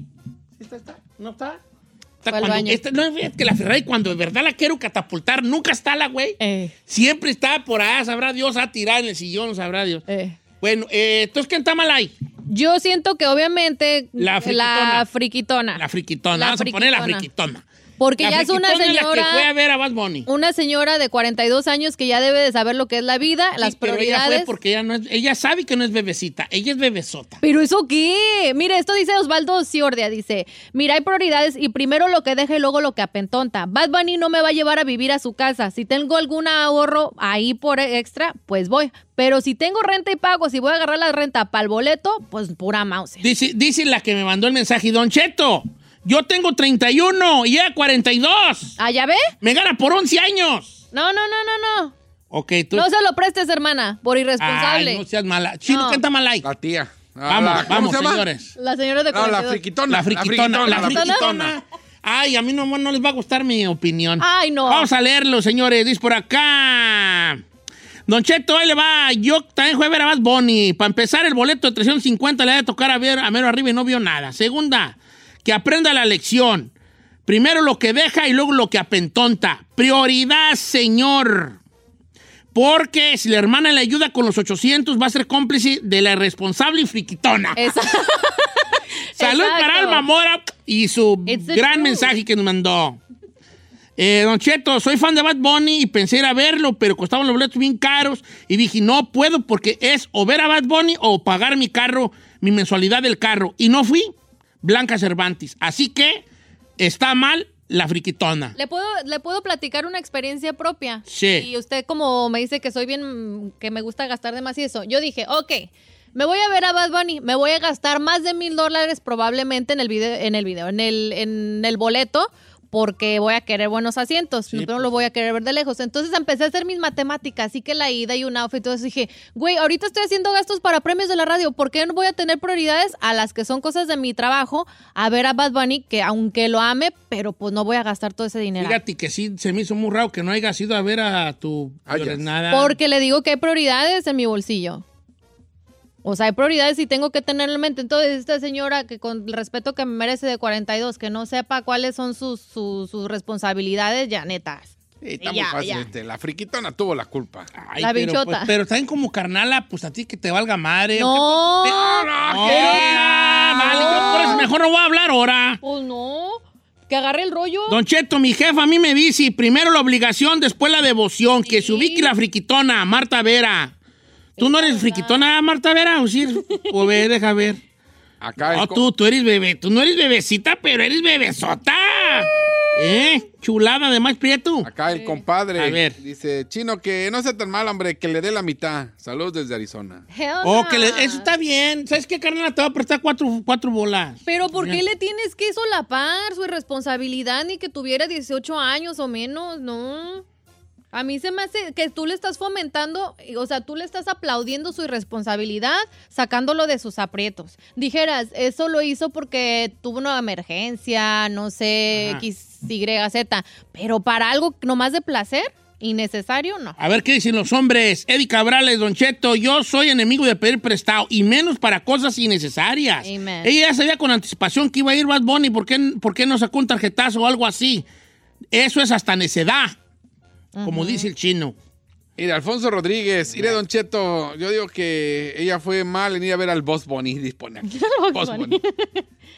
Speaker 2: ¿No está? Está
Speaker 3: Fue al
Speaker 2: cuando-
Speaker 3: baño.
Speaker 2: esta- no, es que la Ferrari, cuando de verdad la quiero catapultar, nunca está la güey.
Speaker 3: Eh,
Speaker 2: Siempre está por allá, sabrá Dios, a tirar en el sillón, sabrá Dios.
Speaker 3: eh.
Speaker 2: Bueno, eh, entonces, ¿quién está mal ahí?
Speaker 3: Yo siento que obviamente
Speaker 2: La friquitona.
Speaker 3: la friquitona.
Speaker 2: La friquitona.
Speaker 3: La
Speaker 2: Vamos a poner la
Speaker 3: friquitona.
Speaker 2: friquitona.
Speaker 3: porque
Speaker 2: La
Speaker 3: ya es una
Speaker 2: friquitona la
Speaker 3: señora.
Speaker 2: que fue a ver a Bad Bunny.
Speaker 3: una señora de 42 años que ya debe de saber lo que es la vida, las
Speaker 2: Sí, pero Ella
Speaker 3: prioridades.
Speaker 2: fue porque ella, no es- ella sabe que no es bebecita, ella es bebesota.
Speaker 3: Pero eso qué? Mira, esto dice Osvaldo Ciordia, dice, mira, hay prioridades y primero lo que deja y luego lo que apentonta. Bad Bunny no me va a llevar a vivir a su casa. Si tengo algún ahorro ahí por extra, pues voy. Pero si tengo renta y pago, si voy a agarrar la renta para el boleto, pues pura mouse.
Speaker 2: Dice, dice la que me mandó el mensaje, Don Cheto, yo tengo 31 y ella 42.
Speaker 3: ¿Ah, ya ve?
Speaker 2: Me gana por 11 años.
Speaker 3: No, no, no, no, no.
Speaker 2: Ok, tú...
Speaker 3: No se lo prestes, hermana, por irresponsable.
Speaker 2: Ay, no seas mala. Chino,
Speaker 3: No.
Speaker 2: ¿qué está mal ahí?
Speaker 4: <laughs> La tía. Ah,
Speaker 2: Vamos,
Speaker 4: la- ¿cómo
Speaker 2: vamos,
Speaker 4: se llama?
Speaker 2: señores.
Speaker 3: La señora de
Speaker 4: No,
Speaker 3: 42.
Speaker 4: la friquitona.
Speaker 2: La friquitona, la friquitona. Ay, a mí no, no les va a gustar mi opinión.
Speaker 3: Ay, no.
Speaker 2: Vamos a leerlo, señores. Dice por acá. Don Cheto, ahí le va. Yo también fui a ver a Bad Bunny. Para empezar, el boleto de 350 le voy a tocar a ver a mero arriba y no vio nada. Segunda, que aprenda la lección. Primero lo que deja y luego lo que apentonta. Prioridad, señor. Porque si la hermana le ayuda con los 800, va a ser cómplice de la irresponsable y friquitona.
Speaker 3: Esa-
Speaker 2: Salud
Speaker 3: Exacto.
Speaker 2: para Alma Mora y su
Speaker 3: It's the
Speaker 2: gran
Speaker 3: truth.
Speaker 2: mensaje que nos mandó. Eh, don Cheto, soy fan de Bad Bunny y pensé ir a verlo, pero costaban los boletos bien caros y dije, no puedo porque es o ver a Bad Bunny o pagar mi carro, mi mensualidad del carro. Y no fui Blanca Cervantes. Así que está mal la friquitona.
Speaker 3: Le puedo, le puedo platicar una experiencia propia.
Speaker 2: Sí.
Speaker 3: Y usted como me dice que soy bien, mm, que me gusta gastar de más y eso. Yo dije, ok, me voy a ver a Bad Bunny, me voy a gastar más de mil dólares probablemente en el video, en el video, en el, en el boleto. Porque voy a querer buenos asientos, no, pero no lo voy a querer ver de lejos. Entonces empecé a hacer mis matemáticas, así que la ida y un outfit. Entonces dije, güey, ahorita estoy haciendo gastos para premios de la radio. ¿Por qué no voy a tener prioridades a las que son cosas de mi trabajo? A ver a Bad Bunny, que aunque lo ame, pero pues no voy a gastar todo ese dinero.
Speaker 2: Fíjate que sí, se me hizo muy raro que no hayas ido a ver a tu...
Speaker 4: Ah, ya.
Speaker 2: nada.
Speaker 3: Porque le digo que hay prioridades en mi bolsillo. O sea, hay prioridades y tengo que tenerlo en mente. Entonces, esta señora, que con el respeto que me merece de 42, que no sepa cuáles son sus, sus, sus responsabilidades, ya netas.
Speaker 4: Sí, está
Speaker 3: Ya,
Speaker 4: muy fácil.
Speaker 3: ya.
Speaker 4: este, La friquitona tuvo la culpa.
Speaker 2: Ay,
Speaker 3: la
Speaker 2: pero,
Speaker 3: bichota.
Speaker 2: pues, pero también como carnala, pues a ti que te valga madre. pues,
Speaker 3: No,
Speaker 2: No,
Speaker 4: ¿qué?
Speaker 2: ah, vale, yo por eso mejor no voy a hablar ahora.
Speaker 3: pues no. Que agarre el rollo.
Speaker 2: Don Cheto, mi jefa a mí me dice, primero la obligación, después la devoción, que se ubique la friquitona, Marta Vera. ¿Tú no eres friquitona, Marta Vera? O sí, o ve, deja ver.
Speaker 4: Acá
Speaker 2: No,
Speaker 4: el co-
Speaker 2: tú, tú eres bebé, tú no eres bebecita, pero eres bebesota. ¿Eh? Chulada de más prieto.
Speaker 4: Acá el compadre
Speaker 2: A ver.
Speaker 4: dice, chino, que no sea tan mal, hombre, que le dé la mitad. Saludos desde Arizona.
Speaker 3: Hell
Speaker 2: Oh,
Speaker 3: no.
Speaker 2: que le- eso está bien. ¿Sabes qué, carnal? Te va a prestar cuatro, cuatro bolas.
Speaker 3: Pero ¿por qué le tienes que solapar su irresponsabilidad ni que tuviera 18 años o menos? No. A mí se me hace que tú le estás fomentando, y- o sea, tú le estás aplaudiendo su irresponsabilidad, sacándolo de sus aprietos. Dijeras, eso lo hizo porque tuvo una emergencia, no sé,
Speaker 2: Ajá.
Speaker 3: X, Y, Z, pero para algo nomás de placer, innecesario, no.
Speaker 2: A ver qué dicen los hombres. Eddie Cabrales, Don Cheto, yo soy enemigo de pedir prestado y menos para cosas innecesarias.
Speaker 3: Amen.
Speaker 2: Ella ya sabía con anticipación que iba a ir Bad Bunny, ¿por qué, por qué no sacó un tarjetazo o algo así? Eso es hasta necedad. como dice el chino.
Speaker 4: Mire, Alfonso Rodríguez, mire, Don Cheto, yo digo que ella fue mal en ir a ver al Boss Bunny, <laughs> dispone aquí. Boss Bunny.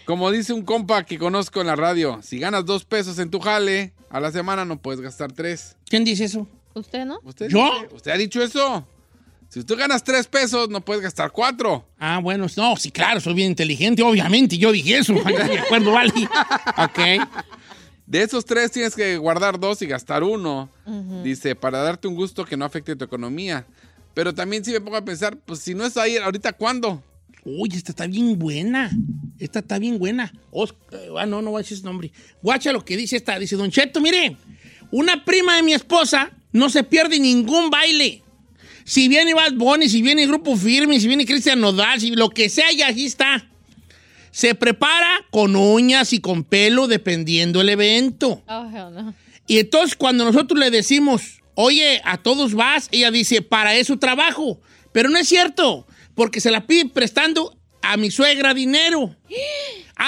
Speaker 4: Como dice un compa que conozco en la radio, si ganas dos pesos en tu jale, a la semana no puedes gastar tres.
Speaker 2: ¿Quién dice eso?
Speaker 3: ¿Usted no?
Speaker 4: ¿Usted
Speaker 2: ¿Yo?
Speaker 4: dice- ¿Usted ha dicho eso? Si tú ganas tres pesos, no puedes gastar cuatro.
Speaker 2: Ah, bueno, no, sí, claro, soy bien inteligente, obviamente, yo dije eso. <laughs> De acuerdo, vale. Ok.
Speaker 4: De esos tres tienes que guardar dos y gastar uno. Dice, para darte un gusto que no afecte tu economía. Pero también si me pongo a pensar, pues si no es ahí, ahorita cuándo?
Speaker 2: Uy, esta está bien buena. Esta está bien buena. Os- eh, ah, no, no voy a decir su nombre. Guacha lo que dice esta. Dice, Don Cheto, mire, una prima de mi esposa no se pierde ningún baile. Si viene Bad Bunny, si viene Grupo Firme, si viene Cristian Nodal, si lo que sea, ya aquí está. Se prepara con uñas y con pelo dependiendo el evento.
Speaker 3: Oh, hell no.
Speaker 2: Y entonces cuando nosotros le decimos, oye, a todos vas, ella dice, para eso trabajo. Pero no es cierto, porque se la pide prestando a mi suegra dinero.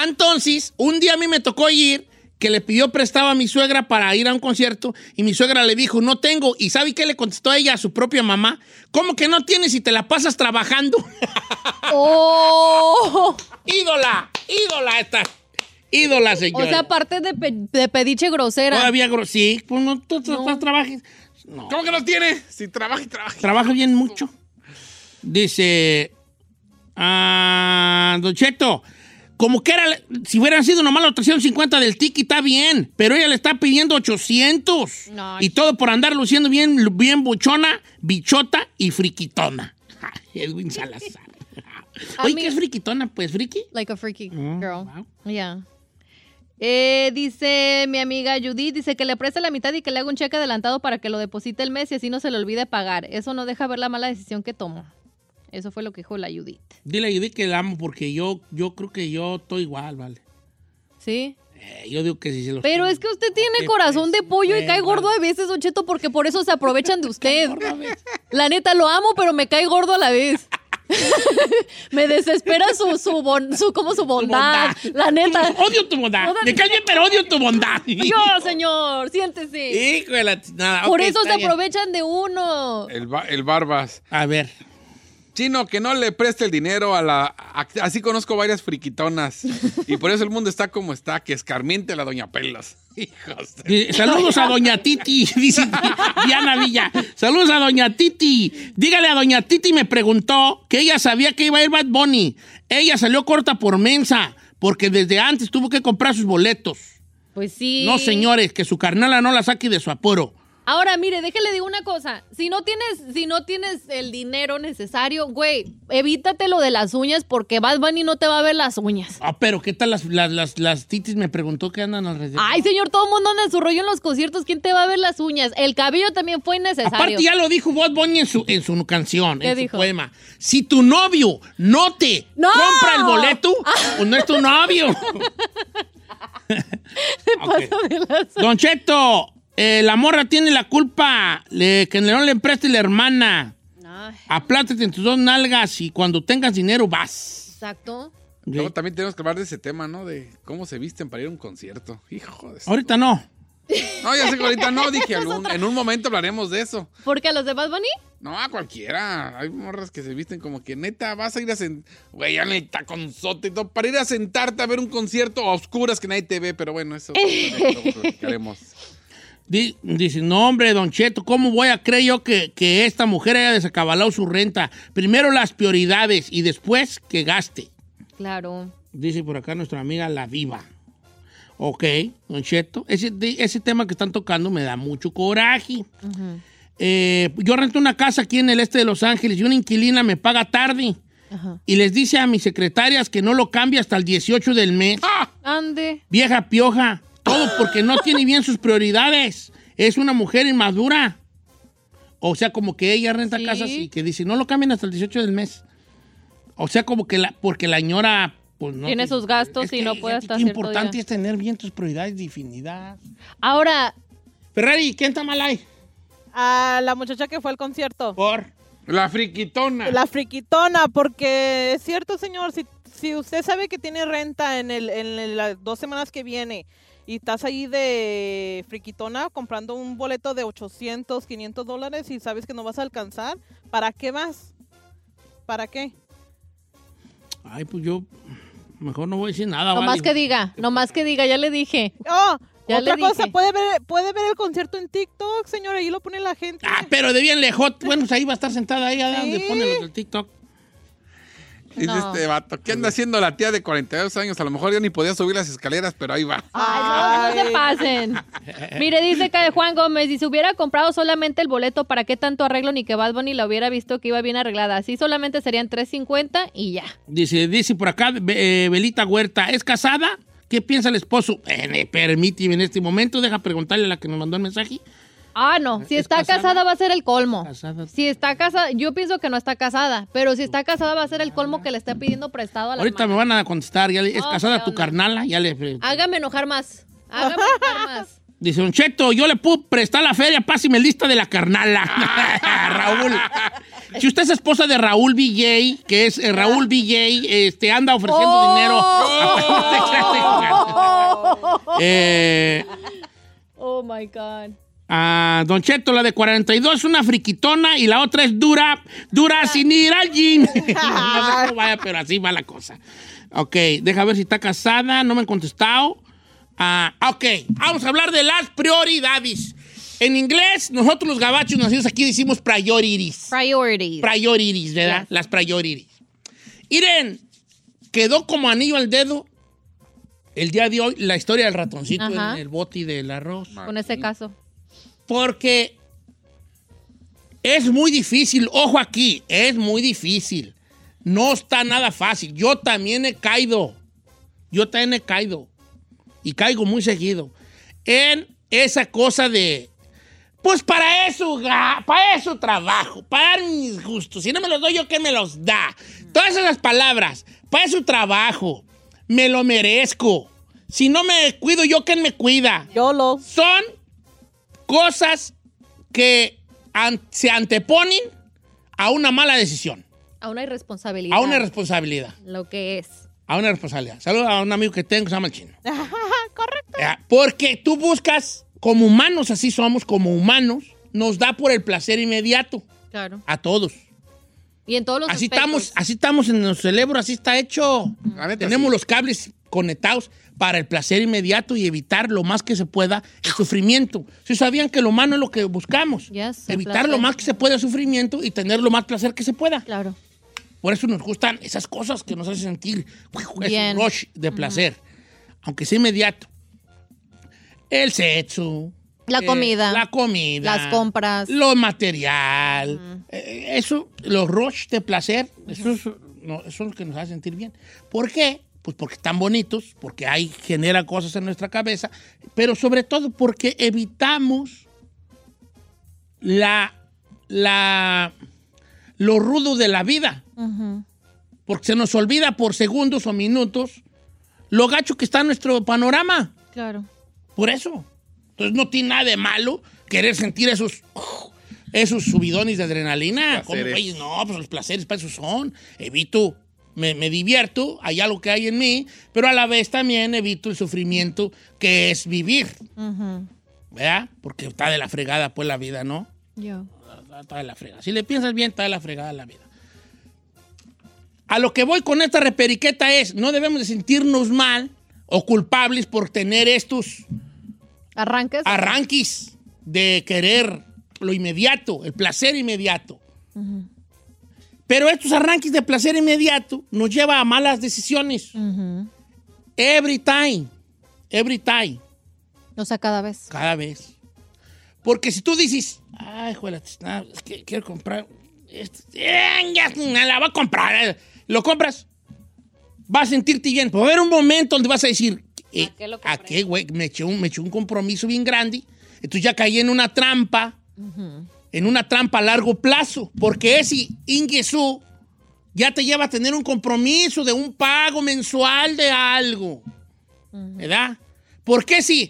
Speaker 2: Entonces, un día a mí me tocó ir, que le pidió prestado a mi suegra para ir a un concierto, y mi suegra le dijo, no tengo. ¿Y sabe qué le contestó ella a su propia mamá? ¿Cómo que no tienes si te la pasas trabajando? <laughs>
Speaker 3: ¡Oh!
Speaker 2: ídola, ídola esta, ídola
Speaker 3: O
Speaker 2: señora.
Speaker 3: sea, aparte de, pe- de pediche grosera.
Speaker 2: Todavía, gro- sí, pues no, tú, tú- tú trabajes. No.
Speaker 4: ¿Cómo que no tiene? Si trabaja y trabaja.
Speaker 2: Trabaja bien mucho. Dice. Ah, Don Cheto, como que era. Si hubieran sido nomás los 350 del Tiki, está bien. Pero ella le está pidiendo 800.
Speaker 3: No.
Speaker 2: Y todo por andar luciendo bien, bien buchona, bichota y friquitona. <laughs> Edwin
Speaker 3: <laughs>
Speaker 2: Salazar.
Speaker 3: A
Speaker 2: Oye,
Speaker 3: mí-
Speaker 2: ¿qué es friquitona? Pues friki.
Speaker 3: Like a freaky
Speaker 2: Mm,
Speaker 3: girl.
Speaker 2: wow.
Speaker 3: Yeah. Eh, dice mi amiga Judith, dice que le preste la mitad y que le haga un cheque adelantado para que lo deposite el mes y así no se le olvide pagar. Eso no deja ver la mala decisión que tomó. Eso fue lo que dijo la Judith.
Speaker 2: Dile a Judith que la amo porque yo, yo creo que yo estoy igual, ¿vale?
Speaker 3: ¿Sí?
Speaker 2: Eh, yo digo que si se los.
Speaker 3: Pero es que usted
Speaker 2: Sí,
Speaker 3: tiene corazón de
Speaker 2: pues,
Speaker 3: pollo y
Speaker 2: güey,
Speaker 3: cae
Speaker 2: bueno.
Speaker 3: gordo a veces, Don Cheto, porque por eso se aprovechan
Speaker 2: <laughs>
Speaker 3: de usted. La neta, lo amo, pero me cae gordo a la vez. <laughs> me desespera su, su, bon- su, como su bondad.
Speaker 2: bondad.
Speaker 3: La neta.
Speaker 2: <laughs> Odio tu bondad.
Speaker 3: Toda-
Speaker 2: Me cae bien, pero odio tu bondad.
Speaker 3: Yo, señor, siéntese.
Speaker 2: Hijo de la... Nada,
Speaker 3: Por
Speaker 2: Ah, ok,
Speaker 3: eso se
Speaker 2: está bien.
Speaker 3: aprovechan de uno.
Speaker 4: El, ba- el Barbas.
Speaker 2: A ver.
Speaker 4: Chino, que no le preste el dinero a la... a- así conozco varias friquitonas. Y por eso el mundo está como está, que escarmiente la doña Pelas. Hijos de...
Speaker 2: Eh, Saludos a Doña Titi, <laughs> dice Diana Villa. Saludos a Doña Titi. Dígale a Doña Titi, me preguntó que ella sabía que iba a ir Bad Bunny. Ella salió corta por mensa, porque desde antes tuvo que comprar sus boletos.
Speaker 3: Pues sí.
Speaker 2: No, señores, que su carnala no la saque de su apuro.
Speaker 3: Ahora, mire, déjale digo una cosa. Si no tienes, si no tienes el dinero necesario, güey, evítate lo de las uñas porque Bad Bunny no te va a ver las uñas.
Speaker 2: Ah, pero ¿qué tal las, las, las, las titis? Me preguntó que andan alrededor.
Speaker 3: Ay, señor, todo el mundo anda en su rollo en los conciertos. ¿Quién te va a ver las uñas? El cabello también fue innecesario.
Speaker 2: Aparte ya lo dijo Bob Bunny en su, en su canción,
Speaker 3: ¿Qué
Speaker 2: en su
Speaker 3: dijo?
Speaker 2: poema. Si tu novio no te
Speaker 3: ¡No! Ah.
Speaker 2: compra el boleto, pues no es tu
Speaker 3: <laughs>
Speaker 2: novio. <laughs> Ok. Don Cheto, eh, la morra tiene la culpa le- que no le empreste la hermana.
Speaker 3: Ay,
Speaker 2: Aplástate en tus dos nalgas y cuando tengas dinero vas.
Speaker 3: exacto.
Speaker 4: Luego también tenemos que hablar de ese tema, ¿no? De cómo se visten para ir a un concierto. Hijo de...
Speaker 2: Ahorita no.
Speaker 4: No, ya sé que ahorita no, dije, algún- en un momento hablaremos de eso.
Speaker 3: Porque a los de Bad Bunny,
Speaker 4: No, a cualquiera. Hay morras que se visten como que neta, vas a ir a sentar. Güey, ya neta, con sote y todo. Para ir a sentarte a ver un concierto a oscuras que nadie te ve, pero bueno, eso lo platicaremos.
Speaker 2: Di- Dice, no hombre, don Cheto, ¿cómo voy a creer yo que, que esta mujer haya desacabalado su renta? Primero las prioridades y después que gaste.
Speaker 3: claro.
Speaker 2: Dice por acá nuestra amiga La Viva. Ok, Don Cheto. Ese, de- ese tema que están tocando me da mucho coraje. Eh, yo rento una casa aquí en el este de Los Ángeles y una inquilina me paga tarde.
Speaker 3: Ajá.
Speaker 2: Y les dice a mis secretarias que no lo cambie hasta el 18 del mes.
Speaker 3: Ande.
Speaker 2: Vieja pioja. Todo porque no tiene bien sus prioridades. Es una mujer inmadura. O sea, como que ella renta
Speaker 3: Sí.
Speaker 2: casas y que dice, no lo cambien hasta el 18 del mes. O sea, como que la, porque la señora... pues, no
Speaker 3: Tiene sus gastos y
Speaker 2: que,
Speaker 3: no puede
Speaker 2: gente,
Speaker 3: hasta
Speaker 2: Qué
Speaker 3: cierto
Speaker 2: importante
Speaker 3: día.
Speaker 2: es tener bien tus prioridades definidas.
Speaker 3: Ahora,
Speaker 2: Ferrari, ¿quién está mal ahí?
Speaker 8: A la muchacha que fue al concierto.
Speaker 2: Por...
Speaker 4: La friquitona.
Speaker 8: La friquitona, porque es cierto, señor, si, si usted sabe que tiene renta en, el, en el- las dos semanas que viene y estás ahí de friquitona comprando un boleto de 800, 500 dólares y sabes que no vas a alcanzar, ¿para qué vas? ¿Para qué?
Speaker 2: Ay, pues yo mejor no voy a decir nada.
Speaker 3: No más
Speaker 2: vale.
Speaker 3: que diga, no más que diga, ya le dije.
Speaker 8: Oh,
Speaker 3: Ya
Speaker 8: otra
Speaker 3: le
Speaker 8: cosa,
Speaker 3: dije.
Speaker 8: puede ver, puede ver el concierto en TikTok, señora, ahí lo pone la gente.
Speaker 2: Ah, pero de bien lejos. Bueno, pues ahí va a estar sentada ahí, a donde
Speaker 8: Sí.
Speaker 2: pone los del TikTok.
Speaker 4: Dice
Speaker 8: No.
Speaker 4: este vato, ¿qué anda haciendo la tía de 42 años? A lo mejor ya ni podía subir las escaleras, pero ahí va.
Speaker 3: Ay, no, no se pasen. Mire, dice que Juan Gómez, si se hubiera comprado solamente el boleto, ¿para qué tanto arreglo ni que Bad Bunny la hubiera visto que iba bien arreglada? Así solamente serían 3.50 y ya.
Speaker 2: Dice, dice por acá, Be- eh, Belita Huerta, ¿es casada? ¿Qué piensa el esposo? Eh, me permíteme en este momento, deja preguntarle a la que nos mandó el mensaje.
Speaker 3: Ah, no, si
Speaker 2: ¿Es
Speaker 3: está
Speaker 2: casada?
Speaker 3: casada? va a ser el colmo.
Speaker 2: Casada.
Speaker 3: Si está casada, yo pienso que no está casada, pero si está casada va a ser el colmo que le está pidiendo prestado a la
Speaker 2: Ah. Ahorita me van a contestar, ya le- ¿es
Speaker 3: Oh,
Speaker 2: casada
Speaker 3: qué
Speaker 2: tu
Speaker 3: onda. Ah.
Speaker 2: carnala? Ya le eh,
Speaker 3: Hágame enojar más. Hágame
Speaker 2: <laughs>
Speaker 3: enojar más.
Speaker 2: Dice, Don Cheto, yo le puedo prestar la feria, pásime el lista de la carnala.
Speaker 3: Ah.
Speaker 2: <laughs> Raúl. Si usted es esposa de Raúl BJ, que es eh, Raúl BJ, este, anda ofreciendo
Speaker 3: Oh. <laughs>
Speaker 2: dinero. <laughs>
Speaker 3: <laughs>
Speaker 2: Eh,
Speaker 3: Oh my God.
Speaker 2: ah, don Cheto, la de 42 es una friquitona y la otra es dura,
Speaker 3: Ah.
Speaker 2: dura sin ir al
Speaker 3: <laughs>
Speaker 2: gym. <laughs> no sé cómo vaya, pero así va la cosa. Ok, deja ver si está casada, no me han contestado. Ah, ok, vamos a hablar de las prioridades. En inglés, nosotros los gabachos nacidos aquí decimos priorities.
Speaker 3: Priorities.
Speaker 2: Priorities, ¿verdad?
Speaker 3: Yes.
Speaker 2: Las priorities. Iren, quedó como anillo al dedo el día de hoy la historia del ratoncito
Speaker 3: Ajá.
Speaker 2: en el boti del arroz.
Speaker 3: Con ese caso.
Speaker 2: Porque es muy difícil, ojo aquí, es muy difícil. No está nada fácil. Yo también he caído. Yo también he caído. Y caigo muy seguido. En esa cosa de. Pues para eso, ga- para eso trabajo, para dar mis gustos. Si no me los doy yo, ¿qué me los da? Todas esas palabras, para eso trabajo, me lo merezco. Si no me cuido yo, ¿quién me cuida?
Speaker 8: Yo lo.
Speaker 2: son cosas que an- se anteponen a una mala decisión,
Speaker 3: A una irresponsabilidad.
Speaker 2: a una responsabilidad,
Speaker 3: Lo que es.
Speaker 2: a una responsabilidad. Saludos a un amigo que tengo, que se llama el chino. Correcto. Porque tú buscas, como humanos, así somos, como humanos, nos da por el placer inmediato
Speaker 3: Claro.
Speaker 2: a todos.
Speaker 3: Y en todos los
Speaker 2: Así
Speaker 3: aspectos.
Speaker 2: estamos, así estamos en nuestro cerebro, así está hecho.
Speaker 4: La neta,
Speaker 2: Tenemos
Speaker 4: sí.
Speaker 2: los cables conectados para el placer inmediato y evitar lo más que se pueda el sufrimiento. Si sabían que lo humano es lo que buscamos,
Speaker 3: Yes, el
Speaker 2: evitar lo
Speaker 3: placer.
Speaker 2: más que se pueda el sufrimiento y tener lo más placer que se pueda.
Speaker 3: Claro.
Speaker 2: Por eso nos gustan esas cosas que nos hacen sentir ese
Speaker 3: Bien.
Speaker 2: rush de placer, aunque sea inmediato. El sexo.
Speaker 3: La
Speaker 2: eh,
Speaker 3: comida.
Speaker 2: la comida.
Speaker 3: Las compras.
Speaker 2: Lo material. eh, eso, los rush de placer, eso es, no, eso es lo que nos hace sentir bien. ¿Por qué? Pues porque están bonitos, porque ahí genera cosas en nuestra cabeza, pero sobre todo porque evitamos la, la, lo rudo de la vida. Porque se nos olvida por segundos o minutos lo gacho que está nuestro panorama.
Speaker 3: Claro.
Speaker 2: Por eso. Entonces no tiene nada de malo querer sentir esos, esos subidones de adrenalina.
Speaker 4: Placeres.
Speaker 2: Como, "Ay, no, pues los placeres para eso son. Evito, me, me divierto, hay algo que hay en mí, pero a la vez también evito el sufrimiento que es vivir. ¿Verdad? Porque está de la fregada pues la vida, ¿no?
Speaker 3: Yo.
Speaker 2: Está de la fregada. Si le piensas bien, está de la fregada la vida. A lo que voy con esta reperiqueta es, no debemos de sentirnos mal o culpables por tener estos
Speaker 3: Arranques.
Speaker 2: arranquis de querer lo inmediato, el placer inmediato. Pero estos arranques de placer inmediato nos lleva a malas decisiones. Every time, every time,
Speaker 3: o sea, cada vez.
Speaker 2: cada vez. Porque si tú dices, ay, juela, ah, es que quiero comprar, esto". Eh, ya, me la voy a comprar, eh. lo compras, vas a sentirte bien. Pero va a haber un momento donde vas a decir, eh,
Speaker 3: ¿A qué lo compré?
Speaker 2: ¿a qué, güey? Me eché, un, me eché un compromiso bien grande. Entonces ya caí en una trampa, en una trampa a largo plazo. Porque ese inguesú ya te lleva a tener un compromiso de un pago mensual de algo. ¿Verdad? Porque si...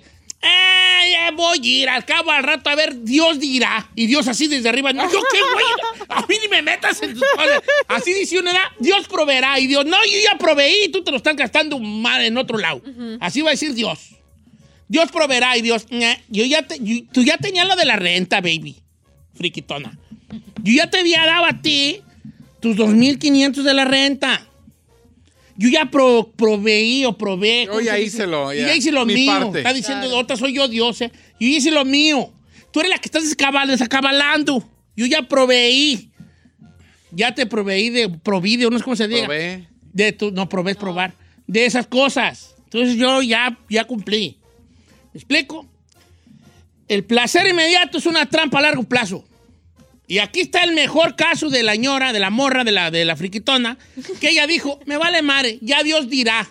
Speaker 2: "Eh, ya voy a ir, al cabo al rato, a ver, Dios dirá. Y Dios así desde arriba, no, yo qué güey, a mí ni me metas en tus cosas. Así dice una edad, Dios proveerá. Y Dios, no, yo ya proveí, tú te lo estás gastando mal en otro lado. Así va a decir Dios. Dios proveerá y Dios. ña, Yo ya te- yo- tú ya tenías lo de la renta, baby. Friquitona. Yo ya te había dado a ti tus 2.500 de la renta. Yo ya pro- proveí o probé.
Speaker 4: Yo
Speaker 2: ¿cómo
Speaker 4: ya
Speaker 2: se dice?
Speaker 4: hice lo-
Speaker 2: Yo
Speaker 4: ya,
Speaker 2: ya hice lo
Speaker 4: mi
Speaker 2: mío.
Speaker 4: parte.
Speaker 2: Está diciendo, otra soy yo Dios. eh. Yo hice lo mío. Tú eres la que estás descabal- desacabalando. Yo ya proveí. Ya te proveí de, proví de, no sé cómo se diga.
Speaker 4: Probé.
Speaker 2: De tu, no, probé es probar. De esas cosas. Entonces yo ya, ya cumplí. ¿Me explico? El placer inmediato es una trampa a largo plazo. Y aquí está el mejor caso de la ñora, de la morra, de la, de la friquitona, que ella dijo, me vale madre, ya Dios dirá.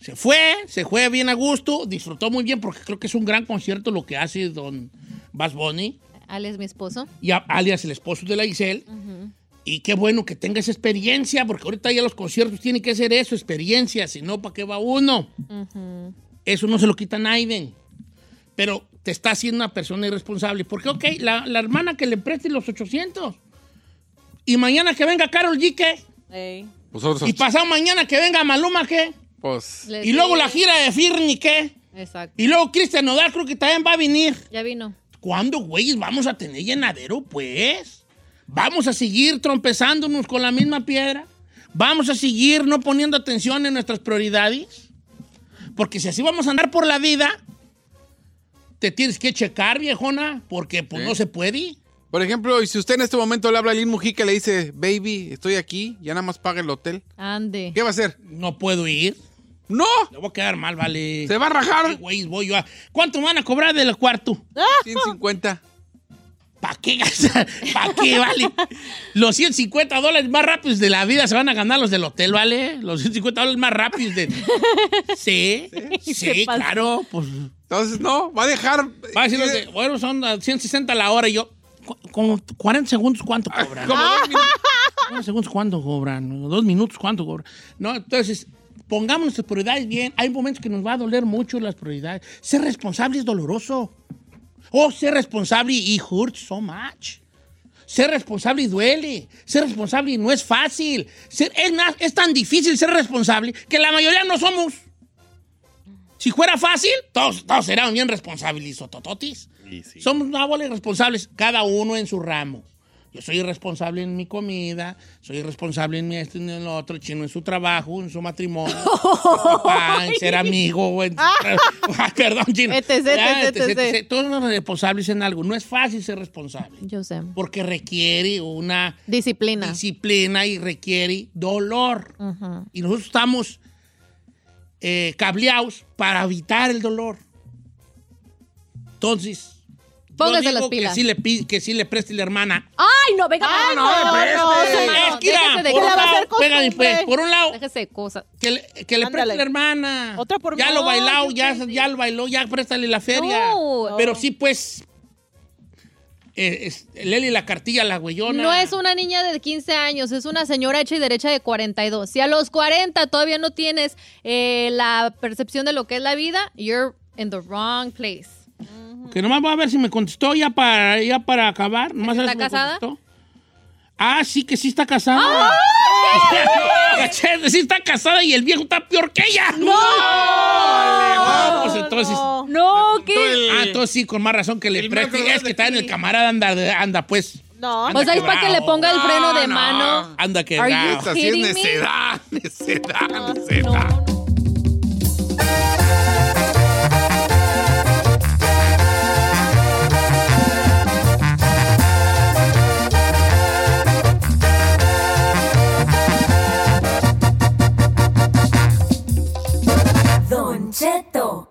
Speaker 2: Se fue, se fue bien a gusto, disfrutó muy bien porque creo que es un gran concierto lo que hace don Bas Bunny,
Speaker 3: Alex, mi esposo.
Speaker 2: y a- alias el esposo de la Giselle. Y qué bueno que tenga esa experiencia, porque ahorita ya los conciertos tienen que ser eso, experiencia, si no, ¿para qué va uno? Eso no se lo quita Naiden. Pero te está haciendo una persona irresponsable. Porque, ok, la, la hermana que le preste los 800. Y mañana que venga Carol G, ¿qué?
Speaker 8: Ey.
Speaker 4: Vosotros,
Speaker 2: Y pasado mañana que venga Maluma, ¿qué?
Speaker 4: pues.
Speaker 3: Les
Speaker 2: Y luego
Speaker 3: digo.
Speaker 2: la gira de Firni, ¿qué?
Speaker 3: Exacto.
Speaker 2: Y luego Cristian Nodal creo que también va a venir.
Speaker 3: Ya vino.
Speaker 2: ¿Cuándo, güeyes, vamos a tener llenadero, pues? ¿Vamos a seguir trompezándonos con la misma piedra? ¿Vamos a seguir no poniendo atención en nuestras prioridades? Porque si así vamos a andar por la vida, te tienes que checar, viejona, porque pues
Speaker 4: Sí.
Speaker 2: no se puede.
Speaker 4: Por ejemplo, y si usted en este momento le habla a Lin Mujica y le dice, baby, estoy aquí, ya nada más paga el hotel,
Speaker 3: Ande.
Speaker 4: ¿qué va a hacer?
Speaker 2: No puedo ir.
Speaker 4: ¡No!
Speaker 2: Le voy a quedar mal, vale.
Speaker 4: ¡Se va a rajar!
Speaker 2: Ay,
Speaker 4: <laughs>
Speaker 2: güeyes, voy yo a... ¿Cuánto me van a cobrar del cuarto?
Speaker 4: 150.
Speaker 2: ¿Para qué gastar? <laughs> ¿Para qué, vale? Los 150 dólares más rápidos de la vida se van a ganar los del hotel, ¿vale? Los 150 dólares más rápidos de... Sí, sí,
Speaker 8: Se pasó.
Speaker 2: claro. Pues,
Speaker 4: Entonces, no, va a dejar.
Speaker 2: va a decir los de, bueno, son a 160 la hora y yo... cu- Como 40 segundos, ¿cuánto
Speaker 4: <laughs>
Speaker 2: cobran?
Speaker 4: Como
Speaker 3: Ah,
Speaker 4: dos minutos.
Speaker 2: 40 segundos, ¿cuánto cobran? Dos minutos, ¿cuánto cobran? No, entonces... Pongamos nuestras prioridades bien. Hay momentos que nos va a doler mucho las prioridades. Ser responsable es doloroso. Oh, ser responsable y hurts so much. Ser responsable y duele. Ser responsable y no es fácil. Ser- es, más, es tan difícil ser responsable que la mayoría no somos. Si fuera fácil, todos, todos serían bien responsables, tototis. Somos una bola de responsables, cada uno en su ramo. Yo soy irresponsable en mi comida, soy irresponsable en mi esto y en el otro, el chino en su trabajo, en su matrimonio, en su papá,
Speaker 3: <laughs>
Speaker 2: en ser amigo, en- <laughs> Ah, perdón, chino.
Speaker 3: Etc, etc,
Speaker 2: Ah,
Speaker 3: etc.
Speaker 2: Todos somos responsables en algo. No es fácil ser responsable
Speaker 3: Yo sé.
Speaker 2: porque requiere una
Speaker 3: Disciplina.
Speaker 2: disciplina y requiere dolor. Y nosotros estamos eh, cableados para evitar el dolor. Entonces, yo
Speaker 3: Póngase
Speaker 2: digo
Speaker 3: las pilas.
Speaker 2: Que sí, le, pi- que sí le preste la hermana.
Speaker 9: ¡Ay, no! ¡Venga!
Speaker 8: Ay,
Speaker 4: no,
Speaker 8: no,
Speaker 4: preste.
Speaker 8: no, no, no.
Speaker 2: Es que mira,
Speaker 3: déjese de
Speaker 2: por,
Speaker 3: que
Speaker 2: un
Speaker 8: la va a
Speaker 2: lado,
Speaker 8: hacer costumbre.
Speaker 2: pégame, pues, por un lado,
Speaker 3: Déjese de cosas.
Speaker 2: que le, que le preste
Speaker 8: Ándale.
Speaker 2: la hermana.
Speaker 8: Otra por
Speaker 2: Ya
Speaker 8: mí.
Speaker 2: lo
Speaker 8: No,
Speaker 2: bailado,
Speaker 8: qué
Speaker 2: ya,
Speaker 8: ofende.
Speaker 2: ya lo bailó, ya préstale la feria.
Speaker 3: No.
Speaker 2: Pero sí, pues. eh, es- Leli la cartilla, la güeyona.
Speaker 3: No es una niña de 15 años, es una señora hecha y derecha de 42. Si a los 40 todavía no tienes eh, la percepción de lo que es la vida, you're in the wrong place.
Speaker 2: Que nomás voy a ver si me contestó ya para, ya para acabar. Nomás a ver si
Speaker 3: ¿Está
Speaker 2: me
Speaker 3: casada?
Speaker 2: contestó. Ah, sí, que sí está casada. <laughs> Caché, sí está casada y el viejo está peor que ella. ¡No! Pues entonces...
Speaker 8: No.
Speaker 3: No, ¿qué?
Speaker 4: El-
Speaker 2: Ah, entonces sí, con más razón que le
Speaker 4: El
Speaker 2: preste.
Speaker 4: macro
Speaker 2: Es que
Speaker 4: de
Speaker 2: está en el camarada, anda, anda pues.
Speaker 8: No.
Speaker 2: Anda
Speaker 3: O sea, es para que le
Speaker 2: quebrado.
Speaker 3: ponga el freno de
Speaker 4: No,
Speaker 3: mano.
Speaker 2: Anda Ah, que
Speaker 3: Are you
Speaker 4: Esta sí es
Speaker 3: kidding me?
Speaker 4: necedad, necedad,
Speaker 3: No,
Speaker 4: necedad.
Speaker 3: no, no.
Speaker 9: Don Cheto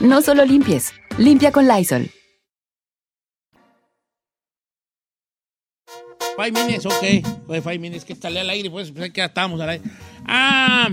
Speaker 11: No solo limpies, limpia con Lysol.
Speaker 2: Five minutes, ok. Pues five minutes, que sale al aire, pues, pues que ya estamos al aire. Ah,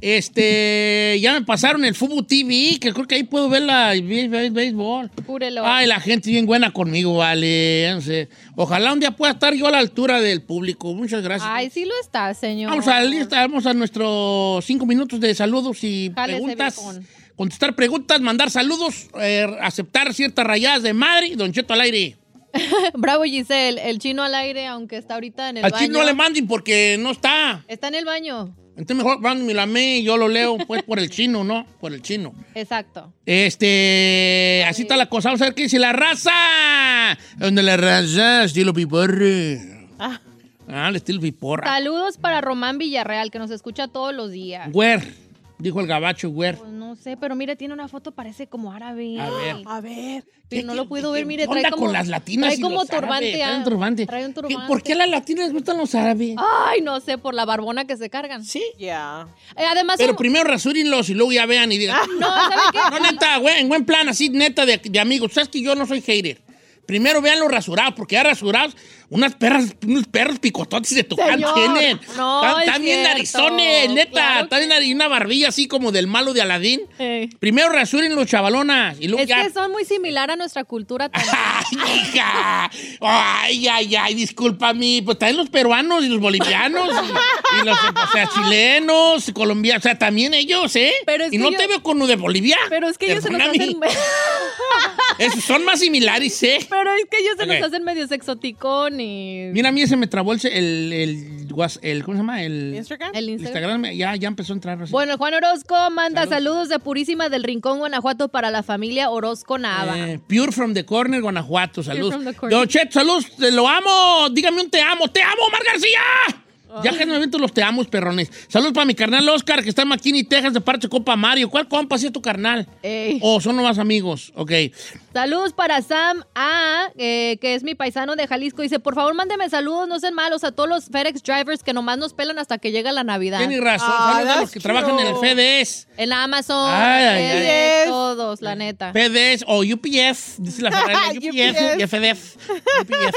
Speaker 2: este, ya me pasaron el Fubu TV, que creo que ahí puedo ver la be- be- béisbol.
Speaker 3: Júrelo.
Speaker 2: Ay, la gente bien buena conmigo, vale. no sé. Ojalá un día pueda estar yo a la altura del público. Muchas gracias.
Speaker 3: Ay, sí lo está, señor.
Speaker 2: Vamos a, lista, vamos a nuestros cinco minutos de saludos y
Speaker 3: Jálese,
Speaker 2: preguntas.
Speaker 3: viejón.
Speaker 2: Contestar preguntas, mandar saludos, eh, aceptar ciertas rayadas de madre. Don Cheto al aire.
Speaker 3: <laughs> Bravo, Giselle. El chino al aire, aunque está ahorita en el
Speaker 2: Al
Speaker 3: baño.
Speaker 2: chino no le manden porque no está.
Speaker 3: Está en el baño.
Speaker 2: Entonces mejor mándenmelo a mí y yo lo leo pues por el chino, ¿no? Por el chino.
Speaker 3: Exacto.
Speaker 2: Este, así está la cosa. Vamos a ver qué dice la raza. Donde la raza, estilo piporre.
Speaker 3: Ah.
Speaker 2: Ah, el estilo piporra.
Speaker 3: Saludos para Román Villarreal, que nos escucha todos los días.
Speaker 2: Güer, dijo el gabacho, güer.
Speaker 3: Pues no sé, pero mire, tiene una foto, parece como árabe.
Speaker 2: A ver.
Speaker 8: A ver.
Speaker 3: Pero no lo puedo ver, mire,
Speaker 2: ¿Qué
Speaker 3: trae
Speaker 2: onda
Speaker 3: como...
Speaker 2: con las latinas
Speaker 3: trae
Speaker 2: y
Speaker 3: como
Speaker 2: los árabes?
Speaker 3: turbante.
Speaker 2: Trae un
Speaker 3: ah,
Speaker 2: turbante.
Speaker 3: Trae un
Speaker 2: ¿Qué-
Speaker 3: turbante. Ah,
Speaker 2: ¿Por qué a las latinas les gustan los árabes?
Speaker 3: Ay, no sé, por la barbona que se cargan.
Speaker 2: Sí.
Speaker 8: Ya.
Speaker 3: Eh, además,
Speaker 2: Pero
Speaker 3: son- Ah.
Speaker 2: primero rasúrenlos y luego ya vean y digan.
Speaker 3: No, ¿sabe
Speaker 2: <laughs>
Speaker 3: qué?
Speaker 2: No, neta, güey, en buen plan, así, neta, de, de amigos. Sabes que yo no soy hater. Primero vean los rasurados, porque ya rasurados, unas perras, unos perros picototes de tucán
Speaker 3: Señor,
Speaker 2: tienen.
Speaker 3: no,
Speaker 2: Están-
Speaker 3: es
Speaker 2: Están bien
Speaker 3: cierto,
Speaker 2: narizones, neta.
Speaker 3: claro
Speaker 2: están bien nariz- una barbilla así como del malo de Aladín.
Speaker 3: Eh,
Speaker 2: Primero rasuren los chavalonas y luego
Speaker 3: Es
Speaker 2: ya.
Speaker 3: que son muy similar a nuestra cultura también.
Speaker 2: <laughs> ¡Ay, hija! ¡Ay, ay, ay! Discúlpame. Pues también los peruanos y los bolivianos y, y los o sea, chilenos, colombianos. O sea, también ellos, ¿eh?
Speaker 3: Pero es
Speaker 2: y
Speaker 3: que
Speaker 2: no
Speaker 3: yo-
Speaker 2: te veo con uno de Bolivia.
Speaker 3: Pero es que ellos se nos
Speaker 2: Perdóname.
Speaker 3: hacen...
Speaker 2: Esos son más similares, ¿eh?
Speaker 3: <laughs> Pero es que ellos se
Speaker 2: Ok.
Speaker 3: nos hacen medios exoticones.
Speaker 2: Mira, a mí se me trabó el, el, el, guas- el- ¿cómo se llama? El
Speaker 8: Instagram.
Speaker 3: El Instagram.
Speaker 2: Instagram, ya, ya empezó a entrar. así.
Speaker 3: Bueno, Juan Orozco manda saludos. de Purísima del Rincón, Guanajuato, para la familia Orozco Nava.
Speaker 2: Eh, Pure from the Corner, Guanajuato, salud.
Speaker 3: from the corner.
Speaker 2: Don Chet, salud, te lo amo. Dígame un te amo, te amo, Omar García. Ya que no me invento los te amos, perrones. Salud para mi carnal Oscar, que está en McKinney, Texas, de parte de compa Mario. ¿Cuál compa sí es tu carnal?
Speaker 3: Ey.
Speaker 2: O son nomás amigos, ok.
Speaker 3: Saludos para Sam A, eh, que es mi paisano de Jalisco. Dice, por favor, mándeme saludos, no sean malos a todos los FedEx drivers que nomás nos pelan hasta que llega la Navidad.
Speaker 2: Tienes razón,
Speaker 8: Ah,
Speaker 2: saludos a los
Speaker 8: that's
Speaker 2: que trabajan en el
Speaker 8: cute.
Speaker 2: FedEx.
Speaker 3: En la Amazon,
Speaker 2: Ay, ay,
Speaker 3: es de
Speaker 8: ay.
Speaker 3: todos, la neta.
Speaker 2: FedEx o UPF, dice la
Speaker 3: <laughs>
Speaker 2: Ferrari, UPF,
Speaker 8: UPF.
Speaker 2: y FDF, UPF.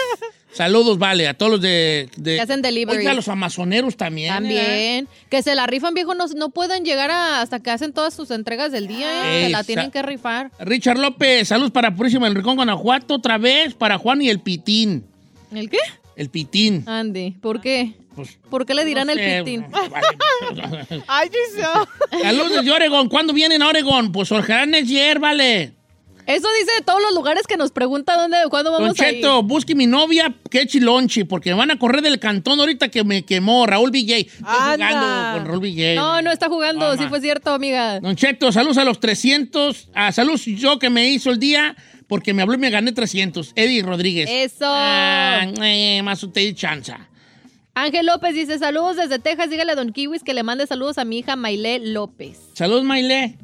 Speaker 2: Saludos, vale, a todos los de... de
Speaker 3: Que hacen delivery.
Speaker 2: Oiga, a los amazoneros también. ¿eh?
Speaker 3: También. Que se la rifan, viejo, no, no pueden llegar a- hasta que hacen todas sus entregas del día. ¿eh? Se la
Speaker 2: Esa-
Speaker 3: tienen que rifar.
Speaker 2: Richard López, saludos para Purísima del Rincón, Guanajuato, otra vez para Juan y el Pitín.
Speaker 3: ¿El qué?
Speaker 2: El Pitín.
Speaker 3: Andy, ¿por qué?
Speaker 2: Pues,
Speaker 3: ¿Por qué le dirán
Speaker 2: no sé,
Speaker 3: Ah.
Speaker 2: pues,
Speaker 3: el
Speaker 2: <laughs>
Speaker 3: pitín?
Speaker 2: vale.
Speaker 8: Ay, Giselle.
Speaker 2: saludos desde Oregon. ¿Cuándo vienen a Oregon? Pues ojalá next year, vale.
Speaker 3: Eso dice de todos los lugares que nos pregunta dónde, cuándo
Speaker 2: Don
Speaker 3: vamos a
Speaker 2: Cheto,
Speaker 3: ir.
Speaker 2: busque mi novia, que chilonchi, porque me van a correr del cantón ahorita que me quemó Raúl Villay. Estoy
Speaker 8: Anda.
Speaker 2: jugando con Raúl Villay.
Speaker 3: No, no está jugando,
Speaker 2: Mamá.
Speaker 3: sí fue cierto, amiga.
Speaker 2: Don Cheto, saludos a los 300. A saludos yo que me hizo el día porque me habló y me gané 300. Eddie Rodríguez.
Speaker 3: Eso.
Speaker 2: Ah, eh, más usted y chanza.
Speaker 3: Ángel López dice, saludos desde Texas, dígale a Don Kiwis que le mande saludos a mi hija Maile López.
Speaker 2: Saludos, Maile.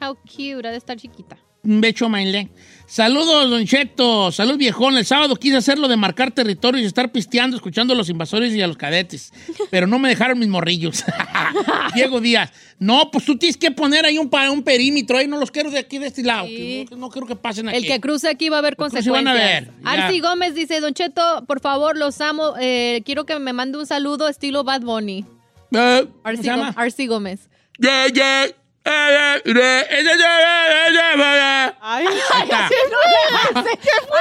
Speaker 3: How cute, ha de estar chiquita.
Speaker 2: Un becho, Maile. Saludos, Don Cheto. Salud, viejón. El sábado quise hacerlo de marcar territorios y estar pisteando, escuchando a los invasores y a los cadetes. Pero no me dejaron mis morrillos. <laughs> Diego Díaz. No, pues tú tienes que poner ahí un, pa- un perímetro. Ahí no los quiero de aquí, de este lado.
Speaker 3: Sí.
Speaker 2: que no, no quiero que pasen aquí. Eh,
Speaker 3: El que cruce aquí va a haber
Speaker 2: Los cruces
Speaker 3: consecuencias.
Speaker 2: van a ver, ya.
Speaker 3: Arci Gómez dice, Don Cheto, por favor, los amo. eh, quiero que me mande un saludo estilo Bad Bunny.
Speaker 2: Eh, ¿Cómo se
Speaker 3: Arci,
Speaker 2: llama?
Speaker 3: Gó-
Speaker 2: <laughs>
Speaker 3: Arci Gómez.
Speaker 2: Yeah, yeah. Eh, eh, eh, eh, eh, eh, eh, eh.
Speaker 8: Ay.
Speaker 2: Ahí está.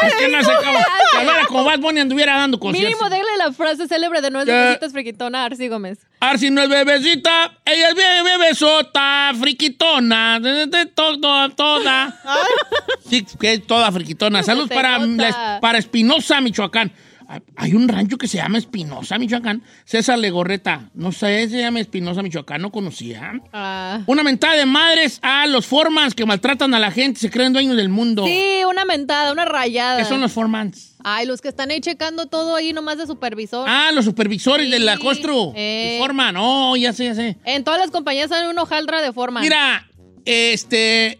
Speaker 2: Es que no se acaba. Si hablara como Bad Bunny anduviera dando conciertos.
Speaker 3: Mínimo, déle la frase célebre de nueve
Speaker 2: ¿Qué?
Speaker 3: besitos friquitona a Arci Gómez.
Speaker 2: Arsi no es bebecita, ella es bien bebesota, friquitona, de- de- de- to- to- toda. Sí, que es toda friquitona. Saludos
Speaker 3: Se
Speaker 2: para,
Speaker 3: nota.
Speaker 2: la- para Espinosa, Michoacán. Ah, Hay un rancho que se llama Espinosa, Michoacán. César Legorreta, no sé, se llama Espinosa, Michoacán, no conocía.
Speaker 3: Ah.
Speaker 2: Una mentada de madres a los formans que maltratan a la gente, se creen dueños del mundo.
Speaker 3: Sí, una mentada, una rayada.
Speaker 2: ¿Qué son los formans?
Speaker 3: Ay, los que están ahí checando todo ahí nomás de supervisor.
Speaker 2: Ah, los supervisores de la
Speaker 3: Sí,
Speaker 2: Constru.
Speaker 3: eh.
Speaker 2: Informan. Oh, ya sé, ya sé.
Speaker 3: En todas las compañías hay un hojaldra de forma.
Speaker 2: Mira, este.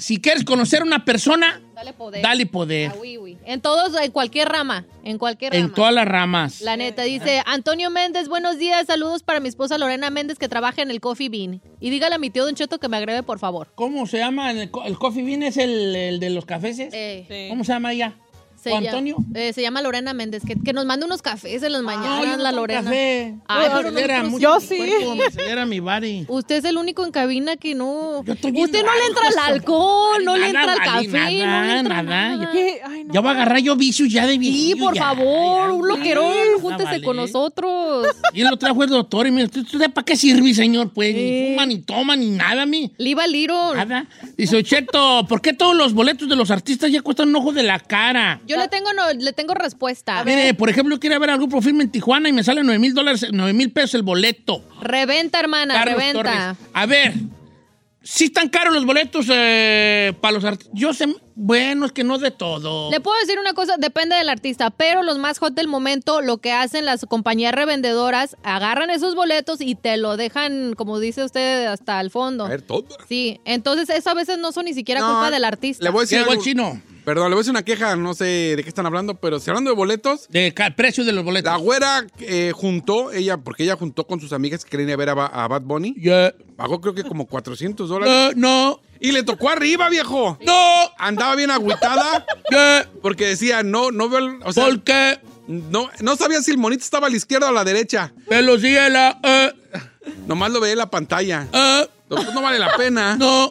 Speaker 2: si quieres conocer a una persona,
Speaker 3: Dale poder.
Speaker 2: dale poder.
Speaker 3: A Wiwi. En todos, en cualquier rama. En cualquier rama.
Speaker 2: En todas las ramas.
Speaker 3: La neta, dice Antonio Méndez, buenos días, saludos para mi esposa Lorena Méndez que trabaja en el Coffee Bean. Y dígale a mi tío Don Cheto que me agreve, por favor.
Speaker 2: ¿Cómo se llama? ¿El, co- el coffee bean es el, el de los cafés?
Speaker 3: Eh,
Speaker 2: ¿Cómo se llama ella?
Speaker 3: Se
Speaker 2: ¿O
Speaker 3: llama-
Speaker 2: Antonio?
Speaker 3: eh, se llama Lorena Méndez, que, que nos mande unos cafés en las mañanas,
Speaker 2: yo no
Speaker 3: la
Speaker 2: tomo
Speaker 3: Lorena.
Speaker 2: café.
Speaker 3: Ay,
Speaker 2: Yo
Speaker 3: pero
Speaker 2: acelera
Speaker 3: nosotros
Speaker 2: mucho
Speaker 3: sí.
Speaker 2: mi cuerpo, me acelera mi body.
Speaker 3: Usted es el único en cabina que no.
Speaker 2: bien
Speaker 3: Usted no le entra al
Speaker 2: raro.
Speaker 3: alcohol, no le entra al
Speaker 2: Nada, Vali,
Speaker 3: café, no le
Speaker 2: nada,
Speaker 3: entra
Speaker 2: nada.
Speaker 3: nada.
Speaker 2: Ya voy a agarrar yo vicios ya de vicio.
Speaker 3: Sí, por
Speaker 2: ya.
Speaker 3: favor, un loquerón,
Speaker 2: Ay,
Speaker 3: júntese
Speaker 2: vale. <laughs>
Speaker 3: con nosotros.
Speaker 2: Y él lo trajo el doctor y me dijo, ¿tú sabes para qué sirve, señor? Pues ni fuma, ni toma, ni nada, mi.
Speaker 3: Liva Liro.
Speaker 2: Nada. Dice, "Don Cheto, ¿por qué todos los boletos de los artistas ya cuestan un ojo de la cara?
Speaker 3: Yo le tengo, no, le tengo respuesta.
Speaker 2: Mire, por ejemplo, yo quería ver al grupo firme en Tijuana y me sale 9 mil dólares, 9 mil pesos el boleto.
Speaker 3: Reventa, hermana,
Speaker 2: Carlos
Speaker 3: reventa.
Speaker 2: Torres. A ver, si están caros los boletos eh, para los artistas. Yo sé, bueno, es que no de todo.
Speaker 3: Le puedo decir una cosa, depende del artista, pero los más hot del momento, lo que hacen las compañías revendedoras, agarran esos boletos y te lo dejan, como dice usted, hasta el fondo.
Speaker 4: A ver, todo.
Speaker 3: Sí, entonces eso a veces no son ni siquiera
Speaker 4: No,
Speaker 3: culpa del artista.
Speaker 4: Le voy a decir algo.
Speaker 2: chino.
Speaker 4: Perdón, le voy a decir una queja, no sé de qué están hablando, pero si hablando de boletos.
Speaker 2: De precio de los boletos.
Speaker 4: La güera eh, juntó, ella, porque ella juntó con sus amigas que querían ir a ver a, Ba- a Bad Bunny. Pagó creo que como 400 dólares.
Speaker 2: No,
Speaker 4: Y le tocó arriba, viejo.
Speaker 2: No.
Speaker 4: Andaba bien agüitada. Porque decía, no, no veo. el- O sea, ¿Por
Speaker 2: qué?
Speaker 4: No, no sabía si el monito estaba a la izquierda o a la derecha.
Speaker 2: Pero sí, la. eh,
Speaker 4: Nomás lo veía en la pantalla.
Speaker 2: Doctor,
Speaker 4: no vale la pena.
Speaker 2: Eh, No. eh,